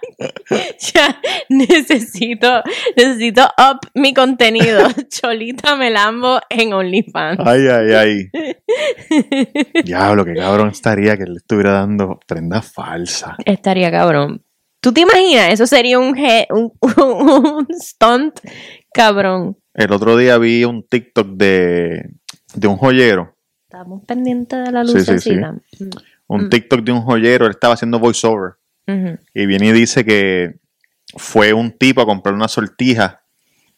[SPEAKER 2] Ya necesito, necesito up mi contenido. Cholita Melambo en OnlyFans.
[SPEAKER 1] Ay, ay, ay. Diablo, qué cabrón estaría que le estuviera dando prenda falsa.
[SPEAKER 2] Estaría cabrón. ¿Tú te imaginas? Eso sería un, ge- un, un stunt cabrón.
[SPEAKER 1] El otro día vi un TikTok de, de un joyero.
[SPEAKER 2] Estamos pendientes de la
[SPEAKER 1] Sí, sí, sí.
[SPEAKER 2] lucecita.
[SPEAKER 1] Un TikTok de un joyero. Él estaba haciendo voiceover.
[SPEAKER 2] Ujú.
[SPEAKER 1] Y viene y dice que fue un tipo a comprar una sortija.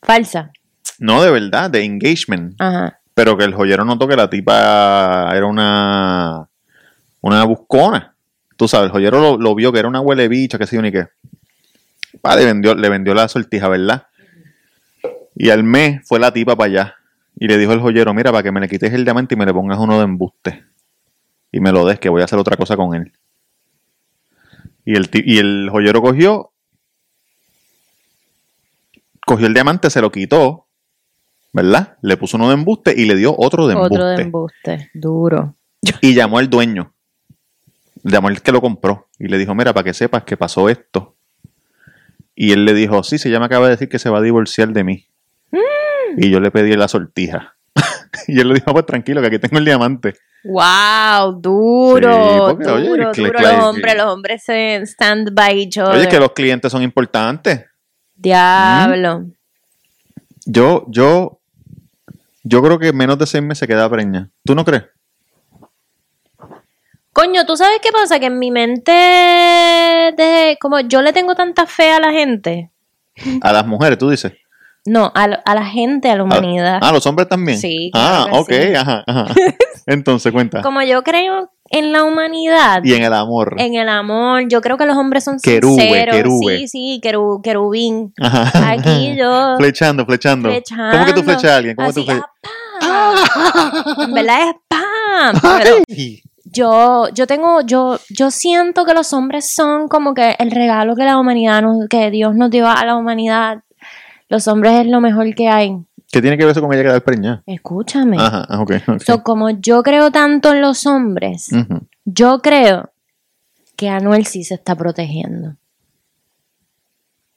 [SPEAKER 2] Falsa.
[SPEAKER 1] No, de verdad, de engagement.
[SPEAKER 2] Ajá.
[SPEAKER 1] Pero que el joyero notó que la tipa era una, una buscona. Tú sabes, el joyero lo, lo vio que era una huele bicha, qué sé yo ni qué. Pa, le vendió, le vendió la sortija, ¿verdad? Y al mes fue la tipa para allá. Y le dijo el joyero, mira, para que me le quites el diamante y me le pongas uno de embuste. Y me lo des, que voy a hacer otra cosa con él. Y el, ti- y el joyero cogió, cogió el diamante, se lo quitó, ¿verdad? Le puso uno de embuste y le dio otro de embuste.
[SPEAKER 2] Otro de embuste. Duro.
[SPEAKER 1] Y llamó al dueño. Llamó al que lo compró. Y le dijo, mira, para que sepas que pasó esto. Y él le dijo, sí, se llama acaba de decir que se va a divorciar de mí.
[SPEAKER 2] Mm.
[SPEAKER 1] Y yo le pedí la sortija. y él le dijo, pues tranquilo, que aquí tengo el diamante.
[SPEAKER 2] Wow, duro,
[SPEAKER 1] Sí, porque, oye,
[SPEAKER 2] duro,
[SPEAKER 1] que-
[SPEAKER 2] duro.
[SPEAKER 1] que-
[SPEAKER 2] los
[SPEAKER 1] que-
[SPEAKER 2] hombres, los hombres se stand by yo.
[SPEAKER 1] Oye, que los clientes son importantes.
[SPEAKER 2] Diablo.
[SPEAKER 1] ¿Mm? Yo, yo, yo creo que menos de seis meses queda preña. ¿Tú no crees?
[SPEAKER 2] Coño, ¿tú sabes qué pasa? Que en mi mente, de- como yo le tengo tanta fe a la gente.
[SPEAKER 1] A las mujeres, tú dices.
[SPEAKER 2] No, a, lo- a la gente, a la
[SPEAKER 1] A-
[SPEAKER 2] humanidad.
[SPEAKER 1] Ah, los hombres también.
[SPEAKER 2] Sí,
[SPEAKER 1] Ah,
[SPEAKER 2] claro
[SPEAKER 1] ok,
[SPEAKER 2] que sí.
[SPEAKER 1] ajá, ajá. Entonces cuenta.
[SPEAKER 2] Como yo creo en la humanidad,
[SPEAKER 1] ah. Y en el amor.
[SPEAKER 2] en el amor, yo creo que los hombres son
[SPEAKER 1] Querube,
[SPEAKER 2] sinceros.
[SPEAKER 1] querube.
[SPEAKER 2] Sí, sí, queru- querubín.
[SPEAKER 1] Ajá.
[SPEAKER 2] Aquí yo.
[SPEAKER 1] Flechando, flechando.
[SPEAKER 2] flechando.
[SPEAKER 1] ¿Cómo que tú flechas a alguien? ¿Cómo
[SPEAKER 2] Así,
[SPEAKER 1] tú flechas?
[SPEAKER 2] ah, pam. En verdad es pam. ah, Pero
[SPEAKER 1] Ay.
[SPEAKER 2] yo, yo tengo, yo, yo siento que los hombres son como que el regalo que la humanidad nos, que Dios nos dio a la humanidad. Los hombres es lo mejor que hay.
[SPEAKER 1] ¿Qué tiene que ver eso con ella quedar preñada?
[SPEAKER 2] Escúchame.
[SPEAKER 1] Ajá, ah, ok. ok.
[SPEAKER 2] So, como yo creo tanto en los hombres,
[SPEAKER 1] Ujú.
[SPEAKER 2] yo creo que Anuel sí se está protegiendo.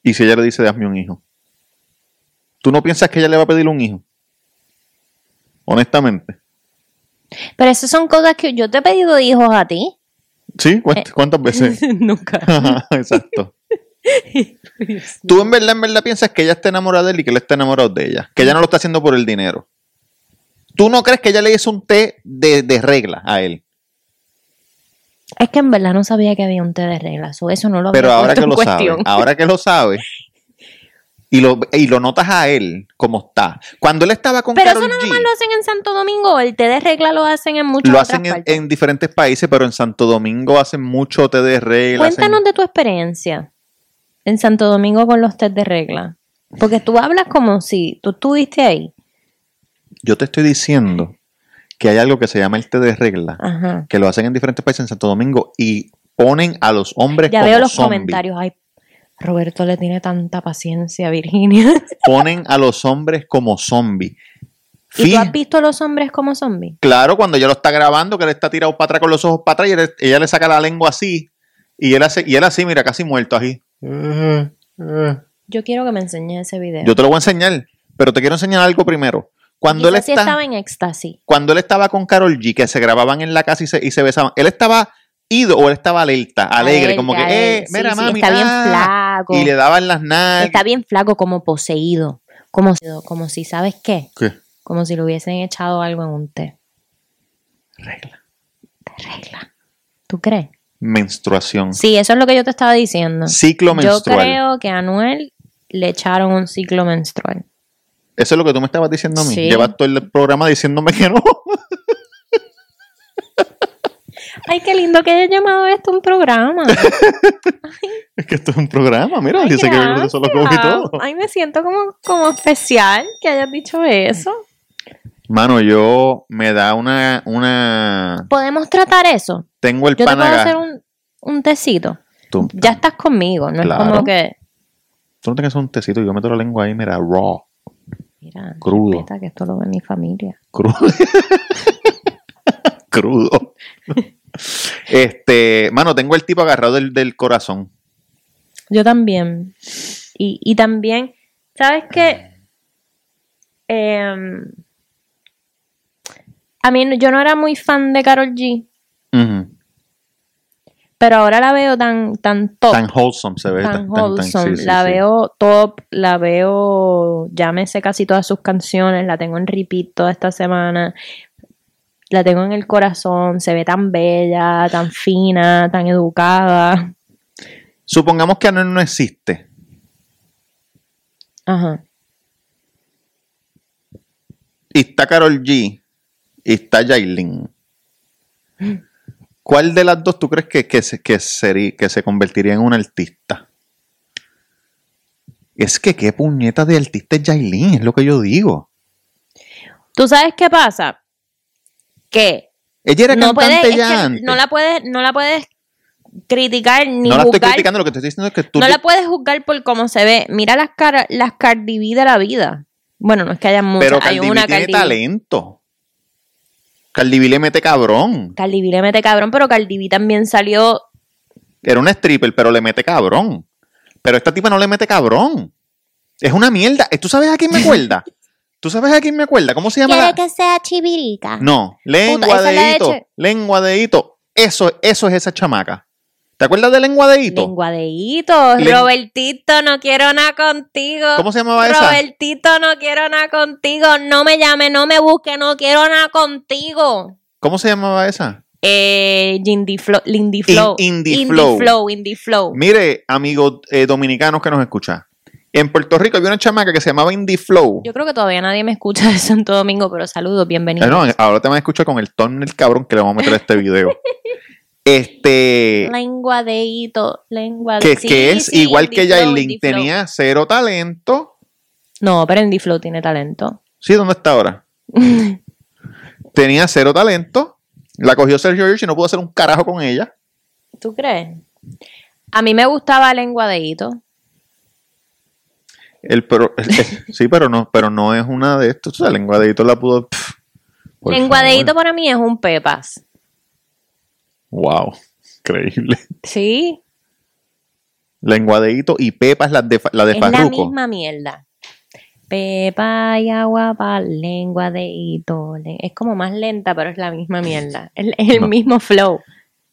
[SPEAKER 1] Y si ella le dice, dame un hijo. ¿Tú no piensas que ella le va a pedir un hijo? Honestamente.
[SPEAKER 2] Pero esas son cosas que yo te he pedido de hijos a ti.
[SPEAKER 1] ¿Sí? ¿Cuánt-
[SPEAKER 2] Eh.
[SPEAKER 1] ¿Cuántas veces?
[SPEAKER 2] Nunca.
[SPEAKER 1] Ajá, Exacto. Tú en verdad, en verdad piensas que ella está enamorada de él y que él está enamorado de ella. Que ella no lo está haciendo por el dinero. ¿Tú no crees que ella le hizo un té de, de regla a él?
[SPEAKER 2] Es que en verdad no sabía que había un té de reglas. O eso no lo había
[SPEAKER 1] Pero ahora
[SPEAKER 2] puesto
[SPEAKER 1] que
[SPEAKER 2] en
[SPEAKER 1] lo Ah, sabes,
[SPEAKER 2] cuestión.
[SPEAKER 1] ahora que lo sabes, y lo, y lo notas a él como está. Cuando él estaba con
[SPEAKER 2] Pero eso
[SPEAKER 1] Karol
[SPEAKER 2] nada
[SPEAKER 1] G,
[SPEAKER 2] más lo hacen en Santo Domingo. El té de regla lo hacen en muchas
[SPEAKER 1] lo
[SPEAKER 2] otras
[SPEAKER 1] hacen en,
[SPEAKER 2] partes.
[SPEAKER 1] en diferentes países, pero en Santo Domingo hacen mucho té de regla. hacen-
[SPEAKER 2] Cuéntanos de tu experiencia en Santo Domingo con los test de regla. Porque tú hablas como si tú estuviste ahí.
[SPEAKER 1] Yo te estoy diciendo que hay algo que se llama el té de regla,
[SPEAKER 2] Ajá.
[SPEAKER 1] que lo hacen en diferentes países en Santo Domingo y ponen a los hombres
[SPEAKER 2] Ya
[SPEAKER 1] como
[SPEAKER 2] veo los
[SPEAKER 1] zombi.
[SPEAKER 2] comentarios. Ay, Roberto le tiene tanta paciencia a Virginia.
[SPEAKER 1] Ponen a los hombres como zombies.
[SPEAKER 2] ¿Y tú has visto a los hombres como zombies?
[SPEAKER 1] Claro, cuando ella lo está grabando, que él está tirado para atrás con los ojos para atrás y él- ella le saca la lengua así. Y él, hace, y él así, mira, casi muerto así.
[SPEAKER 2] Yo quiero que me enseñes ese video.
[SPEAKER 1] Yo te lo voy a enseñar, pero te quiero enseñar algo primero. Cuando él,
[SPEAKER 2] Quizás sí
[SPEAKER 1] está-
[SPEAKER 2] estaba en éxtasis.
[SPEAKER 1] cuando él estaba con Carol G, que se grababan en la casa y se, y se besaban, él estaba ido o él estaba alerta, alegre,
[SPEAKER 2] Alerta,
[SPEAKER 1] como que,
[SPEAKER 2] alegre.
[SPEAKER 1] eh, mira,
[SPEAKER 2] Sí, sí,
[SPEAKER 1] mami,
[SPEAKER 2] está bien
[SPEAKER 1] ah",
[SPEAKER 2] flaco.
[SPEAKER 1] Y le daban las nalgas.
[SPEAKER 2] Está bien flaco como poseído. Como, como si, ¿sabes qué?
[SPEAKER 1] ¿Qué?
[SPEAKER 2] Como si le hubiesen echado algo en un té.
[SPEAKER 1] Regla.
[SPEAKER 2] De regla. ¿Tú crees?
[SPEAKER 1] Menstruación.
[SPEAKER 2] Sí, eso es lo que yo te estaba diciendo.
[SPEAKER 1] Ciclo
[SPEAKER 2] Yo
[SPEAKER 1] menstrual.
[SPEAKER 2] creo que a Anuel le echaron un ciclo menstrual.
[SPEAKER 1] Eso es lo que tú me estabas diciendo a mí.
[SPEAKER 2] Sí.
[SPEAKER 1] Llevas todo el programa diciéndome que no.
[SPEAKER 2] Ay, qué lindo que hayas llamado esto un programa.
[SPEAKER 1] Es que esto es un programa, mira,
[SPEAKER 2] Ay,
[SPEAKER 1] dice que yo solo como y
[SPEAKER 2] gracias.
[SPEAKER 1] todo.
[SPEAKER 2] Ay, me siento como, como especial que hayas dicho eso.
[SPEAKER 1] Mano, yo me da una, una,
[SPEAKER 2] ¿Podemos tratar eso?
[SPEAKER 1] tengo el
[SPEAKER 2] Yo te puedo hacer
[SPEAKER 1] panaga.
[SPEAKER 2] un, un tecito.
[SPEAKER 1] Tú,
[SPEAKER 2] Ya estás conmigo, no
[SPEAKER 1] Claro.
[SPEAKER 2] es como que...
[SPEAKER 1] tú no tienes un tecito, yo meto la lengua ahí, mira, raw,
[SPEAKER 2] Mira,
[SPEAKER 1] Crudo.
[SPEAKER 2] respeta que esto lo ve mi familia.
[SPEAKER 1] crudo. crudo. Este, mano, tengo el tipo agarrado del, del corazón.
[SPEAKER 2] Yo también. Y, y también, ¿sabes qué? Em, a mí no- yo no era muy fan de Carol G,
[SPEAKER 1] Ujú.
[SPEAKER 2] pero ahora la veo tan, tan top,
[SPEAKER 1] Tan
[SPEAKER 2] tan,
[SPEAKER 1] wholesome se ve. tan- tan- tan- sí,
[SPEAKER 2] wholesome.
[SPEAKER 1] sí,
[SPEAKER 2] la
[SPEAKER 1] sí.
[SPEAKER 2] veo top, la veo, llámese casi todas sus canciones, la tengo en repeat toda esta semana. La tengo en el corazón, se ve tan bella, tan fina, tan educada.
[SPEAKER 1] Supongamos que Anuel no existe.
[SPEAKER 2] Ajá.
[SPEAKER 1] Y está Carol G. Y está Jailin. ¿Cuál de las dos tú crees que, que, se, que, sería, que se convertiría en un artista? Es que qué puñeta de artista es Jailin, es lo que yo digo.
[SPEAKER 2] ¿Tú sabes qué pasa? Que
[SPEAKER 1] Ella era
[SPEAKER 2] no puedes,
[SPEAKER 1] cantante
[SPEAKER 2] es
[SPEAKER 1] ya
[SPEAKER 2] que
[SPEAKER 1] antes.
[SPEAKER 2] no la puedes, no la puedes criticar ni
[SPEAKER 1] No la estoy
[SPEAKER 2] juzgar.
[SPEAKER 1] criticando, lo que te estoy diciendo es que tú...
[SPEAKER 2] no la puedes juzgar por cómo se ve. Mira las cara, las Cardi B de la vida. Bueno, no es que haya muchas,
[SPEAKER 1] pero
[SPEAKER 2] hay
[SPEAKER 1] Cardi B
[SPEAKER 2] una
[SPEAKER 1] tiene
[SPEAKER 2] Cardi B.
[SPEAKER 1] talento. Cardi B le mete cabrón.
[SPEAKER 2] Cardi B le mete cabrón, pero Cardi B también salió.
[SPEAKER 1] Era una stripper, pero le mete cabrón. Pero esta tipa no le mete cabrón. Es una mierda. Eh, ¿Tú sabes a quién me acuerda? ¿Tú sabes a quién me acuerda? ¿Cómo se llama? la-
[SPEAKER 2] que sea chivirica.
[SPEAKER 1] No, lengua
[SPEAKER 2] esa es la
[SPEAKER 1] de
[SPEAKER 2] de
[SPEAKER 1] hito.
[SPEAKER 2] Che-
[SPEAKER 1] Lengua de hito. Eso, eso es esa chamaca. ¿Te acuerdas de lengua de hito?
[SPEAKER 2] Lenguadeíto,
[SPEAKER 1] Len-
[SPEAKER 2] Robertito, no quiero nada contigo.
[SPEAKER 1] ¿Cómo se llamaba esa?
[SPEAKER 2] Robertito, no quiero nada contigo. No me llame, no me busque, no quiero nada contigo.
[SPEAKER 1] ¿Cómo se llamaba esa?
[SPEAKER 2] Eh, Lindy Flow. Lindy Flow.
[SPEAKER 1] Indie Flow.
[SPEAKER 2] Indie Flow.
[SPEAKER 1] Mire, amigos eh, dominicanos que nos escuchan. En Puerto Rico había una chamaca que se llamaba Indie Flow. Eh,
[SPEAKER 2] Yo creo que todavía nadie me escucha de Santo Domingo, pero saludos, bienvenidos.
[SPEAKER 1] Ah, no, ahora te van a escuchar con el thumbnail cabrón que le vamos a meter a este video. este.
[SPEAKER 2] Lengua de hito, lengua de
[SPEAKER 1] que,
[SPEAKER 2] sí,
[SPEAKER 1] que es
[SPEAKER 2] sí,
[SPEAKER 1] igual
[SPEAKER 2] Indie
[SPEAKER 1] que
[SPEAKER 2] Flow,
[SPEAKER 1] Yailin
[SPEAKER 2] Indie Flow.
[SPEAKER 1] tenía cero talento.
[SPEAKER 2] No, pero Indie Flow tiene talento.
[SPEAKER 1] Sí, ¿dónde está ahora? tenía cero talento. La cogió Sergio George y no pudo hacer un carajo con ella.
[SPEAKER 2] ¿Tú crees? A mí me gustaba Lengua de hito.
[SPEAKER 1] El pro- el- el- sí, pero no, pero no es una de estos. O sea, lenguadeito la pudo. pf, por
[SPEAKER 2] Lenguadeito para mí es un pepas.
[SPEAKER 1] favor. Wow. Increíble.
[SPEAKER 2] Sí.
[SPEAKER 1] Lenguadeito y Pepas, la de, Fa- la de
[SPEAKER 2] es la
[SPEAKER 1] Farruko.
[SPEAKER 2] misma mierda. Pepa y agua para lengua de hito. Le- Es como más lenta, pero es la misma mierda. Es, es el
[SPEAKER 1] No.
[SPEAKER 2] mismo flow.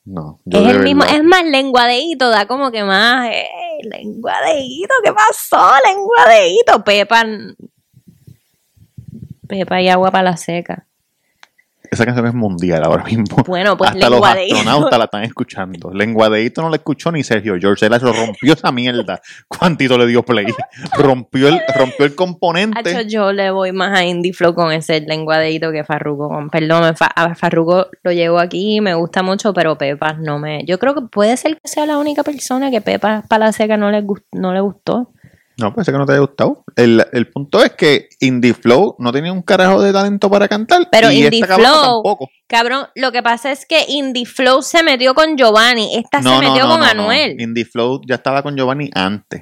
[SPEAKER 1] No, yo
[SPEAKER 2] Es,
[SPEAKER 1] de
[SPEAKER 2] el mismo,
[SPEAKER 1] verdad.
[SPEAKER 2] es más lenguadeíto, da como que más. eh, lenguadeíto, ¿qué pasó? Lenguadeíto. Pepa. n- Pepa y agua para la seca.
[SPEAKER 1] Esa canción es mundial ahora mismo.
[SPEAKER 2] Bueno, pues
[SPEAKER 1] Hasta los
[SPEAKER 2] lenguadeíto.
[SPEAKER 1] astronautas la están escuchando. Lenguadeito no la escuchó ni Sergio George. Él lo rompió esa mierda. Cuantito le dio play. Rompió el, rompió el componente.
[SPEAKER 2] Hacho, yo le voy más a Indie Flow con ese lenguadeíto que Farruko. Con, perdón, Fa- a Farruko lo llevo aquí, me gusta mucho, pero Pepas no me. Yo creo que puede ser que sea la única persona que Pepas Palaceca no le, gus- no le gustó.
[SPEAKER 1] No, parece que no te haya gustado. El, el punto es que Indie Flow no tenía un carajo de talento para cantar.
[SPEAKER 2] Pero
[SPEAKER 1] y
[SPEAKER 2] Indie
[SPEAKER 1] esta cabrona
[SPEAKER 2] Flow
[SPEAKER 1] tampoco.
[SPEAKER 2] Cabrón, lo que pasa es que Indie Flow se metió con Giovanni, esta
[SPEAKER 1] No,
[SPEAKER 2] se
[SPEAKER 1] no,
[SPEAKER 2] metió
[SPEAKER 1] no,
[SPEAKER 2] con
[SPEAKER 1] no, no.
[SPEAKER 2] Anuel.
[SPEAKER 1] Indie Flow ya estaba con Giovanni antes.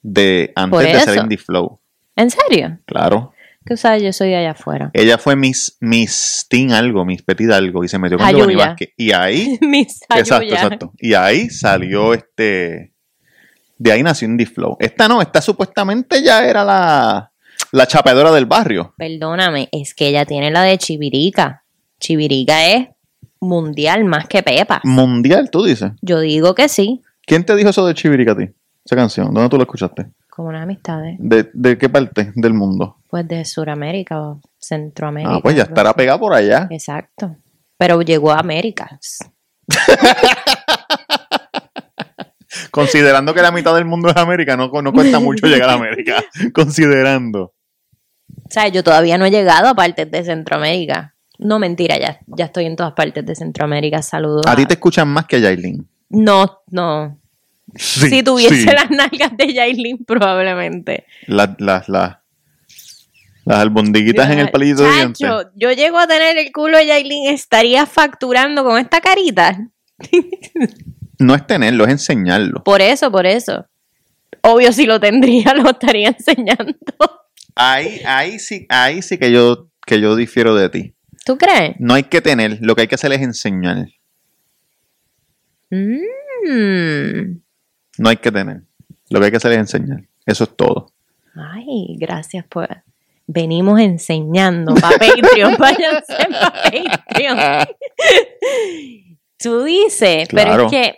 [SPEAKER 1] De, antes
[SPEAKER 2] Por
[SPEAKER 1] de ser
[SPEAKER 2] eso.
[SPEAKER 1] Indie Flow.
[SPEAKER 2] ¿En serio?
[SPEAKER 1] Claro.
[SPEAKER 2] Tú sabes, yo soy de allá afuera.
[SPEAKER 1] Ella fue Miss, Miss Teen algo, Miss Petit algo, y se metió con
[SPEAKER 2] Ayuya.
[SPEAKER 1] Giovanni Vázquez. Y ahí,
[SPEAKER 2] Mis
[SPEAKER 1] exacto,
[SPEAKER 2] ayuyas.
[SPEAKER 1] exacto. Y ahí salió este. De ahí nació Indie Flow. Esta no, esta supuestamente ya era la, la chapeadora del barrio.
[SPEAKER 2] Perdóname, es que ella tiene la de Chivirica. Chivirica es mundial más que Pepas.
[SPEAKER 1] Mm. Mundial, tú dices.
[SPEAKER 2] Yo digo que sí,
[SPEAKER 1] ¿Quién te dijo eso de Chivirica a ti? Esa canción, ¿dónde tú la escuchaste?
[SPEAKER 2] como unas amistades.
[SPEAKER 1] ¿De, de qué parte del mundo?
[SPEAKER 2] Pues de Sudamérica o Centroamérica.
[SPEAKER 1] Ah, pues ya
[SPEAKER 2] algo
[SPEAKER 1] estará
[SPEAKER 2] así. Eh.
[SPEAKER 1] pegada por allá.
[SPEAKER 2] Exacto. Pero llegó a América.
[SPEAKER 1] Considerando que la mitad del mundo es América, no, no cuesta mucho llegar a América. Considerando.
[SPEAKER 2] O sea, yo todavía no he llegado a partes de Centroamérica. No, mentira, ya, ya estoy en todas partes de Centroamérica. Saludos.
[SPEAKER 1] A ti te escuchan más que a Yailin.
[SPEAKER 2] No, no.
[SPEAKER 1] Sí,
[SPEAKER 2] si tuviese
[SPEAKER 1] sí.
[SPEAKER 2] las nalgas de Yailin, probablemente.
[SPEAKER 1] Las, las, las, las albondiguitas en el palillito de dientes.
[SPEAKER 2] Chacho, Yo llego a tener el culo de Yailin, estaría facturando con esta carita.
[SPEAKER 1] No es tenerlo, es enseñarlo.
[SPEAKER 2] Por eso, por eso. Obvio, si lo tendría, lo estaría enseñando.
[SPEAKER 1] Ahí, ahí sí, ahí sí que yo, que yo difiero de ti.
[SPEAKER 2] ¿Tú crees?
[SPEAKER 1] No hay que tener, lo que hay que hacer es enseñar.
[SPEAKER 2] Mm.
[SPEAKER 1] No hay que tener. Lo que hay que hacer es enseñar. Eso es todo.
[SPEAKER 2] Ay, gracias por. Venimos enseñando para Patreon. Váyanse pa' Patreon. Tú dices, pero
[SPEAKER 1] Claro.
[SPEAKER 2] es que.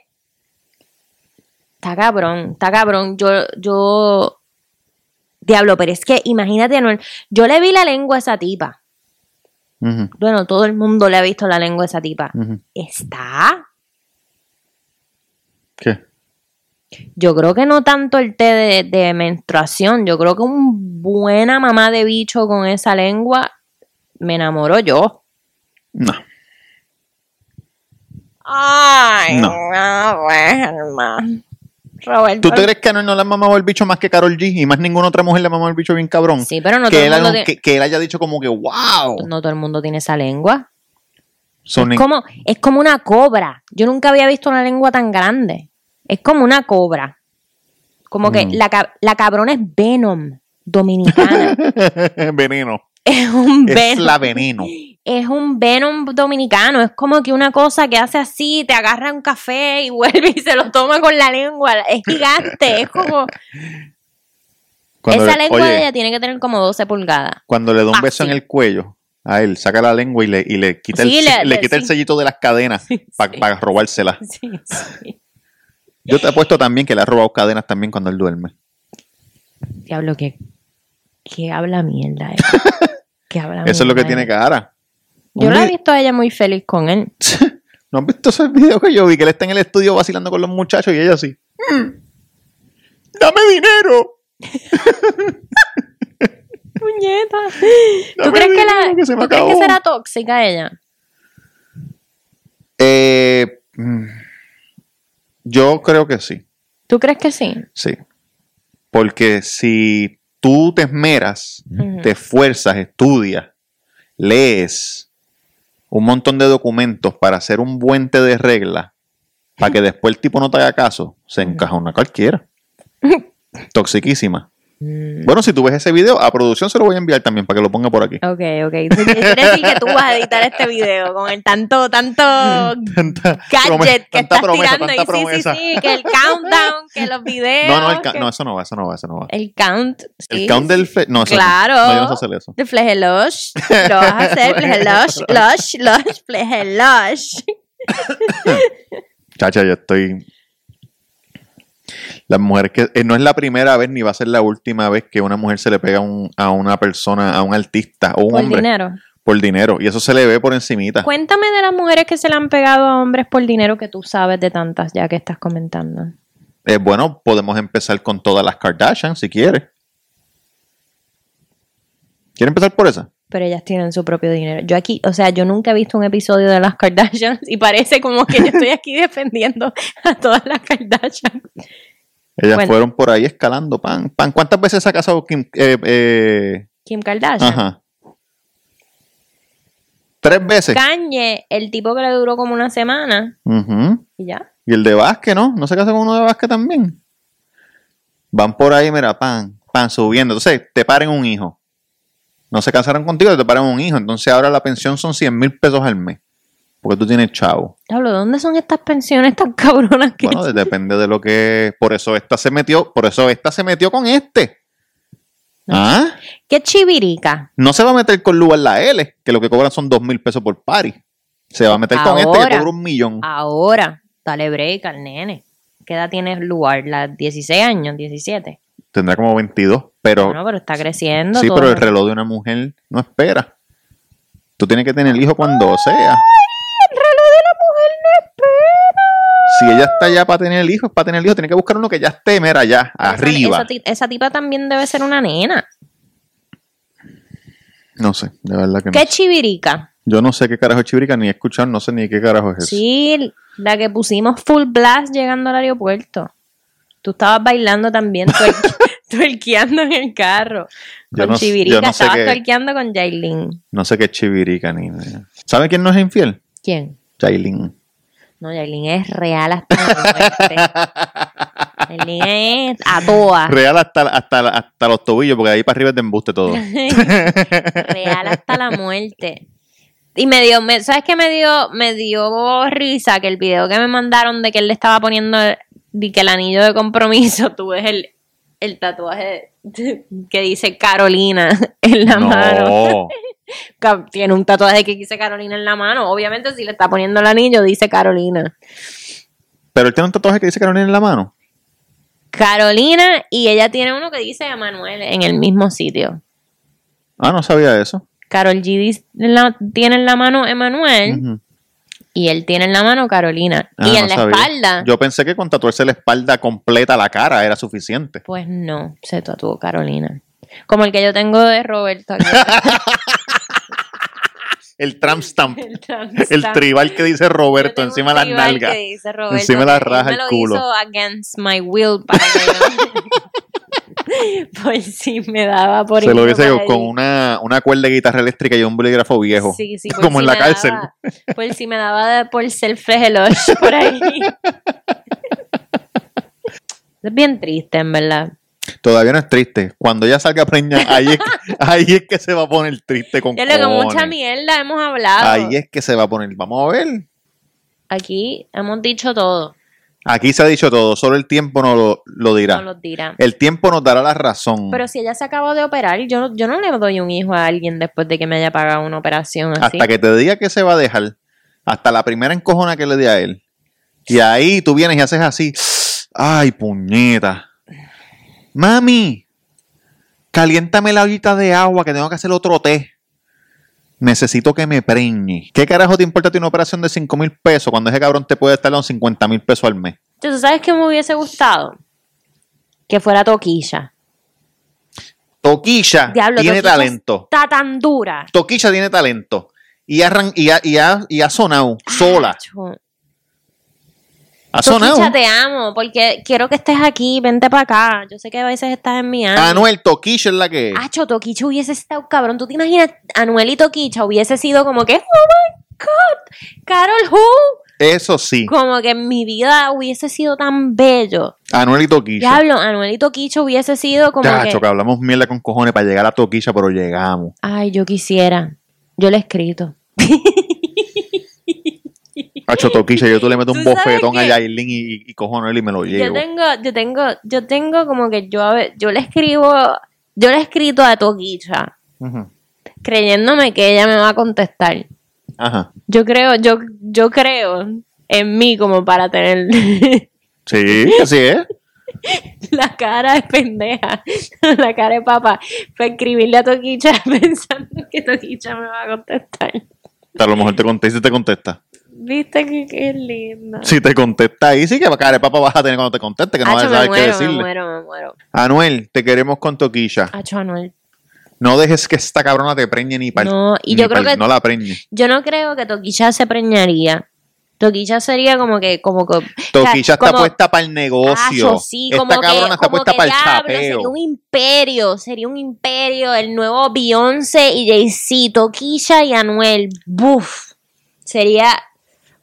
[SPEAKER 2] Está cabrón, está cabrón. Yo, yo. Diablo, pero es que imagínate, Anuel. Yo le vi la lengua a esa tipa.
[SPEAKER 1] Ujú,
[SPEAKER 2] Bueno, todo el mundo le ha visto la lengua a esa tipa.
[SPEAKER 1] ujú.
[SPEAKER 2] Está.
[SPEAKER 1] ¿Qué?
[SPEAKER 2] Yo creo que no tanto el té de, de menstruación. Yo creo que una buena mamá de bicho con esa lengua me enamoro yo.
[SPEAKER 1] No.
[SPEAKER 2] Ay,
[SPEAKER 1] No.
[SPEAKER 2] bueno. Roberto.
[SPEAKER 1] ¿Tú te crees que a Anuel no le ha mamado el bicho más que Carol G y más ninguna otra mujer le ha mamado el bicho bien cabrón?
[SPEAKER 2] Sí, pero no todo,
[SPEAKER 1] que,
[SPEAKER 2] el
[SPEAKER 1] él,
[SPEAKER 2] mundo
[SPEAKER 1] haya-
[SPEAKER 2] tiene,
[SPEAKER 1] que- que él haya dicho como que wow.
[SPEAKER 2] no todo el mundo tiene esa lengua.
[SPEAKER 1] Son
[SPEAKER 2] Es
[SPEAKER 1] en-
[SPEAKER 2] como, es como una cobra. Yo nunca había visto una lengua tan grande. Es como una cobra. Como que
[SPEAKER 1] Mm.
[SPEAKER 2] la, cab- la cabrona es Venom dominicana.
[SPEAKER 1] veneno.
[SPEAKER 2] es un
[SPEAKER 1] Es
[SPEAKER 2] Venom.
[SPEAKER 1] la veneno.
[SPEAKER 2] es un Venom dominicano. Es como que una cosa que hace así, te agarra un café y vuelve y se lo toma con la lengua. Es gigante. Es como.
[SPEAKER 1] Cuando
[SPEAKER 2] esa
[SPEAKER 1] le-
[SPEAKER 2] lengua
[SPEAKER 1] oye,
[SPEAKER 2] de ella tiene que tener como 12 pulgadas.
[SPEAKER 1] cuando le da un beso
[SPEAKER 2] Fácil.
[SPEAKER 1] en el cuello a él, saca la lengua y le, y le quita,
[SPEAKER 2] Sí,
[SPEAKER 1] el,
[SPEAKER 2] le-
[SPEAKER 1] le,
[SPEAKER 2] le-
[SPEAKER 1] quita el
[SPEAKER 2] sí.
[SPEAKER 1] sellito de las cadenas
[SPEAKER 2] Sí,
[SPEAKER 1] para
[SPEAKER 2] sí.
[SPEAKER 1] robársela.
[SPEAKER 2] Sí, sí.
[SPEAKER 1] Yo te apuesto también que le ha robado cadenas también cuando él duerme.
[SPEAKER 2] Diablo, que. Que habla mierda. eh. Que habla
[SPEAKER 1] Eso es lo que
[SPEAKER 2] mierda,
[SPEAKER 1] tiene
[SPEAKER 2] eh.
[SPEAKER 1] cara.
[SPEAKER 2] Yo
[SPEAKER 1] Un
[SPEAKER 2] la he
[SPEAKER 1] vi-
[SPEAKER 2] visto a ella muy feliz con él.
[SPEAKER 1] ¿No han visto ese video que yo vi? Que él está en el estudio vacilando con los muchachos y ella así. "Mm, ¡Dame dinero!
[SPEAKER 2] Puñeta. ¿Tú
[SPEAKER 1] Dame
[SPEAKER 2] crees que, la,
[SPEAKER 1] dinero, que se me
[SPEAKER 2] ¿tú crees que
[SPEAKER 1] acabó.
[SPEAKER 2] será tóxica ella?
[SPEAKER 1] Eh, mm, yo creo que sí,
[SPEAKER 2] ¿Tú crees que sí?
[SPEAKER 1] sí. Porque si tú te esmeras,
[SPEAKER 2] Ujú.
[SPEAKER 1] te esfuerzas, estudias, lees un montón de documentos para hacer un buen té
[SPEAKER 2] Mm.
[SPEAKER 1] de regla, para que después el tipo no te haga caso, se encaja una cualquiera. Toxiquísima. Bueno, si tú ves ese video, a producción se lo voy a enviar también para que lo ponga por aquí.
[SPEAKER 2] Ok, ok. Quiere decir que tú vas a editar este video con el tanto, tanto
[SPEAKER 1] Tanta promesa,
[SPEAKER 2] gadget que
[SPEAKER 1] tanta
[SPEAKER 2] estás
[SPEAKER 1] promesa,
[SPEAKER 2] tirando.
[SPEAKER 1] tanta
[SPEAKER 2] y sí,
[SPEAKER 1] promesa.
[SPEAKER 2] sí, sí, que el countdown, que los videos.
[SPEAKER 1] No, no, el ca-
[SPEAKER 2] que-
[SPEAKER 1] no, eso no va, eso no va, eso no va.
[SPEAKER 2] el count.
[SPEAKER 1] El
[SPEAKER 2] sí,
[SPEAKER 1] count del... fle- No, eso no.
[SPEAKER 2] Claro.
[SPEAKER 1] No, yo no sé hacer eso.
[SPEAKER 2] De flejelosh. Lo vas a hacer, flejelosh, lush, lush, flejelosh.
[SPEAKER 1] Chacha, yo estoy. Las mujeres que. eh, no es la primera vez ni va a ser la última vez que una mujer se le pega un- a una persona, a un artista o un
[SPEAKER 2] Por
[SPEAKER 1] hombre
[SPEAKER 2] dinero.
[SPEAKER 1] por dinero. Y eso se le ve por encimita.
[SPEAKER 2] Cuéntame de las mujeres que se le han pegado a hombres por dinero que tú sabes de tantas ya que estás comentando.
[SPEAKER 1] Eh, bueno, podemos empezar con todas las Kardashian si quieres. ¿Quieres empezar por esa?
[SPEAKER 2] Pero ellas tienen su propio dinero. Yo aquí, o sea, yo nunca he visto un episodio de las Kardashians y parece como que yo estoy aquí defendiendo a todas las Kardashians.
[SPEAKER 1] Ellas
[SPEAKER 2] Bueno.
[SPEAKER 1] fueron por ahí escalando, pan, pan. ¿Cuántas veces se ha casado Kim? eh, eh,
[SPEAKER 2] Kim Kardashian.
[SPEAKER 1] ajá. Tres veces.
[SPEAKER 2] Kanye, el tipo que le duró como una semana
[SPEAKER 1] Ujú.
[SPEAKER 2] y ya.
[SPEAKER 1] Y el de Vázquez, ¿no? ¿No se casa con uno de Vázquez también? Van por ahí, mira, pan, pan, subiendo. Entonces, te paren un hijo. No se casaron contigo, te paren un hijo. Entonces, ahora la pensión son 100 mil pesos al mes. Porque tú tienes chavo.
[SPEAKER 2] Hablo, ¿dónde son estas pensiones tan cabronas que
[SPEAKER 1] Bueno, depende de lo que... Por eso esta se metió, por eso esta se metió con este. ¿Ah?
[SPEAKER 2] Qué chivirica.
[SPEAKER 1] No se va a meter con Lugar la L, que lo que cobran son 2 mil pesos por pari. Se va a meter con este que
[SPEAKER 2] Ahora.
[SPEAKER 1] cobra un millón.
[SPEAKER 2] Ahora, dale break al nene. ¿Qué edad tiene lugar? ¿Las 16 años? ¿17?
[SPEAKER 1] Tendrá como 22, pero...
[SPEAKER 2] Bueno, pero está creciendo.
[SPEAKER 1] Oh. Sí,
[SPEAKER 2] todo
[SPEAKER 1] pero el
[SPEAKER 2] lo-
[SPEAKER 1] reloj de una mujer no espera. Tú tienes que tener el hijo cuando sea.
[SPEAKER 2] ¡El reloj de la mujer no espera!
[SPEAKER 1] Si ella está ya para tener el hijo, es para tener el hijo. Tiene que buscar uno que ya esté, mira, ya,
[SPEAKER 2] Esa-
[SPEAKER 1] arriba.
[SPEAKER 2] Esa, ti- esa tipa también debe ser una nena.
[SPEAKER 1] No sé, de verdad que no.
[SPEAKER 2] Qué
[SPEAKER 1] sé.
[SPEAKER 2] chivirica.
[SPEAKER 1] Yo no sé qué carajo es chibrica, ni he escuchado, no sé ni qué carajo es eso.
[SPEAKER 2] Sí, la que pusimos full blast llegando al aeropuerto. Tú estabas bailando también, tuer- tuerqueando en el carro.
[SPEAKER 1] Yo
[SPEAKER 2] Con
[SPEAKER 1] no- yo
[SPEAKER 2] chivirica.
[SPEAKER 1] no sé
[SPEAKER 2] estabas
[SPEAKER 1] qué-
[SPEAKER 2] tuerqueando con Jailin.
[SPEAKER 1] No sé qué es chivirica ni. ¿Saben quién no es infiel?
[SPEAKER 2] ¿Quién?
[SPEAKER 1] Jailin.
[SPEAKER 2] No, Jailin es real hasta la muerte. Jailin es a toa.
[SPEAKER 1] Real hasta, hasta, hasta los tobillos, porque de ahí para arriba es de embuste todo.
[SPEAKER 2] real hasta la muerte. Y me dio, me- ¿sabes qué me dio? Me dio risa que el video que me mandaron de que él le estaba poniendo el- de que el anillo de compromiso, tú ves el, el tatuaje de- que dice Carolina en la mano.
[SPEAKER 1] No.
[SPEAKER 2] Ca- Tiene un tatuaje que dice Carolina en la mano. Obviamente, si le está poniendo el anillo, dice Carolina.
[SPEAKER 1] Pero él tiene un tatuaje que dice Carolina en la mano.
[SPEAKER 2] Carolina, y ella tiene uno que dice a Manuel en el mismo sitio.
[SPEAKER 1] Ah, no sabía eso.
[SPEAKER 2] Carol G dis- la- tiene en la mano Emanuel.
[SPEAKER 1] Ujú.
[SPEAKER 2] Y él tiene en la mano Carolina.
[SPEAKER 1] Ah,
[SPEAKER 2] y en
[SPEAKER 1] no
[SPEAKER 2] la
[SPEAKER 1] sabía.
[SPEAKER 2] espalda.
[SPEAKER 1] Yo pensé que con tatuarse la espalda completa la cara era suficiente.
[SPEAKER 2] Pues no, se tatuó Carolina. Como el que yo tengo de Roberto. aquí.
[SPEAKER 1] El tramp stamp.
[SPEAKER 2] El, tramp
[SPEAKER 1] El
[SPEAKER 2] stamp.
[SPEAKER 1] tribal que dice
[SPEAKER 2] Yo tengo
[SPEAKER 1] Roberto
[SPEAKER 2] un
[SPEAKER 1] encima de las
[SPEAKER 2] tribal
[SPEAKER 1] nalgas.
[SPEAKER 2] que dice Roberto,
[SPEAKER 1] Encima de la
[SPEAKER 2] que él
[SPEAKER 1] raja,
[SPEAKER 2] me
[SPEAKER 1] el
[SPEAKER 2] lo
[SPEAKER 1] culo.
[SPEAKER 2] hizo against my will para que yo- Pues sí, me daba por
[SPEAKER 1] Se
[SPEAKER 2] irme
[SPEAKER 1] lo dice
[SPEAKER 2] para
[SPEAKER 1] con
[SPEAKER 2] ahí.
[SPEAKER 1] una, una cuerda de guitarra eléctrica y un bolígrafo viejo.
[SPEAKER 2] Sí, sí, por
[SPEAKER 1] como
[SPEAKER 2] si
[SPEAKER 1] en la
[SPEAKER 2] me
[SPEAKER 1] cárcel.
[SPEAKER 2] daba- por si me daba de- por ser fregelosh por ahí. es bien triste, en verdad.
[SPEAKER 1] Todavía no es triste. Cuando ella salga preña, ahí es, que- ahí es que se va a poner triste con
[SPEAKER 2] Ya lo que mucha
[SPEAKER 1] cojones.
[SPEAKER 2] mierda hemos hablado.
[SPEAKER 1] Ahí es que se va a poner. Vamos a ver.
[SPEAKER 2] Aquí hemos dicho todo.
[SPEAKER 1] Aquí se ha dicho todo. Solo el tiempo no lo, lo dirá.
[SPEAKER 2] No los dirá.
[SPEAKER 1] El tiempo nos dará la razón.
[SPEAKER 2] Pero si ella se acaba de operar, yo no, yo no le doy un hijo a alguien después de que me haya pagado una operación así.
[SPEAKER 1] Hasta que te diga que se va a dejar. Hasta la primera encojona que le dé a él. Y ahí tú vienes y haces así. Ay, puñeta. Mami, caliéntame la ollita de agua que tengo que hacer otro té. Necesito que me preñe. ¿Qué carajo te importa a ti una operación de 5 mil pesos cuando ese cabrón te puede estar dando 50 mil pesos al mes?
[SPEAKER 2] Entonces, ¿sabes qué me hubiese gustado? Que fuera Toquilla.
[SPEAKER 1] Toquilla
[SPEAKER 2] Diablo,
[SPEAKER 1] Ah, tiene
[SPEAKER 2] Toquilla
[SPEAKER 1] talento.
[SPEAKER 2] Está tan dura.
[SPEAKER 1] Toquilla tiene talento. Y ha, arran- y ha- y ha- y ha sonado sola.
[SPEAKER 2] Acho.
[SPEAKER 1] Ha sonado.
[SPEAKER 2] Toquilla, te amo, porque quiero que estés aquí, vente para acá. Yo sé que a veces estás en mi alma.
[SPEAKER 1] Anuel, Toquilla es la que es.
[SPEAKER 2] Acho, Toquicha hubiese estado cabrón. ¿Tú te imaginas? Anuel y Toquicha hubiese sido como que, oh my god, Carol Who?
[SPEAKER 1] Eso sí.
[SPEAKER 2] Como que en mi vida hubiese sido tan bello.
[SPEAKER 1] Anuel y Toquilla.
[SPEAKER 2] Diablo, Anuel y Toquicho hubiese sido como
[SPEAKER 1] Chacho,
[SPEAKER 2] que,
[SPEAKER 1] que hablamos mierda con cojones para llegar a Toquilla, pero llegamos.
[SPEAKER 2] ay, yo quisiera. Yo le he escrito.
[SPEAKER 1] Hacho Toquilla, yo tú le meto un
[SPEAKER 2] ¿Tú sabes
[SPEAKER 1] bofetón a
[SPEAKER 2] qué?
[SPEAKER 1] Yailin y, y, y cojo a Anuel y me lo
[SPEAKER 2] Yo
[SPEAKER 1] llevo.
[SPEAKER 2] tengo, yo tengo, yo tengo como que yo, a ve- yo le escribo, yo le he escrito a Toquicha,
[SPEAKER 1] Ujú.
[SPEAKER 2] creyéndome que ella me va a contestar.
[SPEAKER 1] Ajá.
[SPEAKER 2] Yo creo, yo, yo creo en mí como para tener
[SPEAKER 1] Sí, así es.
[SPEAKER 2] la cara de pendeja, la cara de papa, para escribirle a Toquicha pensando que Toquicha me va a contestar.
[SPEAKER 1] A lo mejor te contesta y te contesta.
[SPEAKER 2] Viste que, que es linda.
[SPEAKER 1] Si te contesta ahí, sí que va a caer papá vas a tener cuando te conteste, que no vas
[SPEAKER 2] Acho,
[SPEAKER 1] a
[SPEAKER 2] me
[SPEAKER 1] saber qué
[SPEAKER 2] muero, me
[SPEAKER 1] decirle.
[SPEAKER 2] muero, Ah. me muero.
[SPEAKER 1] Anuel, te queremos con Toquilla.
[SPEAKER 2] Acho, Anuel.
[SPEAKER 1] No dejes que esta cabrona te preñe ni para
[SPEAKER 2] No, y yo creo que-
[SPEAKER 1] no la preñe.
[SPEAKER 2] Yo no creo que Toquicha se preñaría. Toquicha sería como que, como que.
[SPEAKER 1] Toquilla está
[SPEAKER 2] como-
[SPEAKER 1] puesta para el negocio.
[SPEAKER 2] Acho, sí,
[SPEAKER 1] esta
[SPEAKER 2] como que-
[SPEAKER 1] cabrona está
[SPEAKER 2] como
[SPEAKER 1] puesta
[SPEAKER 2] que
[SPEAKER 1] para el
[SPEAKER 2] diablo,
[SPEAKER 1] chapeo.
[SPEAKER 2] Sería un imperio, sería un imperio. El nuevo Beyoncé y Jay-Z, Toquilla y Anuel. Buf. Sería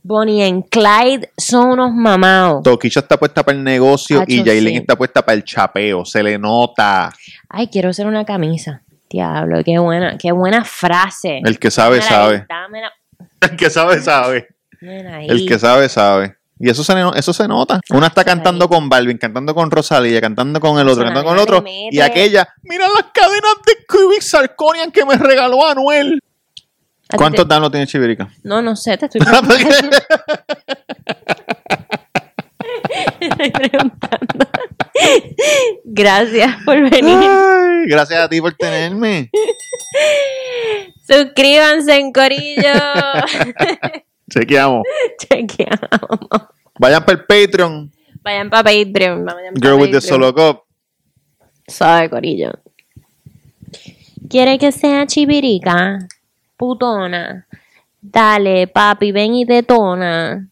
[SPEAKER 2] Bonnie and Clyde, son unos mamados.
[SPEAKER 1] Toquilla está puesta para el negocio y
[SPEAKER 2] Acho,
[SPEAKER 1] Jailin
[SPEAKER 2] sí.
[SPEAKER 1] está puesta para el chapeo. Se le nota.
[SPEAKER 2] Ay, quiero hacer una camisa. Diablo, qué buena, qué buena frase.
[SPEAKER 1] El que sabe,
[SPEAKER 2] Dámela ahí,
[SPEAKER 1] sabe.
[SPEAKER 2] dámela-
[SPEAKER 1] El que sabe, sabe.
[SPEAKER 2] dámela ahí. Ah,
[SPEAKER 1] El que sabe, sabe. Y eso se, no- eso se nota. Una está cantando
[SPEAKER 2] ahí.
[SPEAKER 1] con Balvin, cantando con Rosalía, cantando con el otro,
[SPEAKER 2] Eso,
[SPEAKER 1] cantando
[SPEAKER 2] la
[SPEAKER 1] con el
[SPEAKER 2] nena
[SPEAKER 1] otro.
[SPEAKER 2] le
[SPEAKER 1] Y
[SPEAKER 2] mete.
[SPEAKER 1] aquella, mira las cadenas de Cubic Sarconian que me regaló Anuel.
[SPEAKER 2] A ti
[SPEAKER 1] ¿Cuántos
[SPEAKER 2] te-
[SPEAKER 1] danos tiene Chivirica?
[SPEAKER 2] No, no sé, te estoy preguntando. Gracias por venir.
[SPEAKER 1] Ay, gracias a ti por tenerme.
[SPEAKER 2] Suscríbanse en Corillo.
[SPEAKER 1] Chequeamos.
[SPEAKER 2] Chequeamos.
[SPEAKER 1] Vayan para el Patreon.
[SPEAKER 2] Vayan para Patreon. Vayan pa'
[SPEAKER 1] Girl with the
[SPEAKER 2] Patreon.
[SPEAKER 1] Solo Cup.
[SPEAKER 2] Sabe, Corillo. ¿Quiere que sea chivirica? Putona. Dale, papi, ven y detona.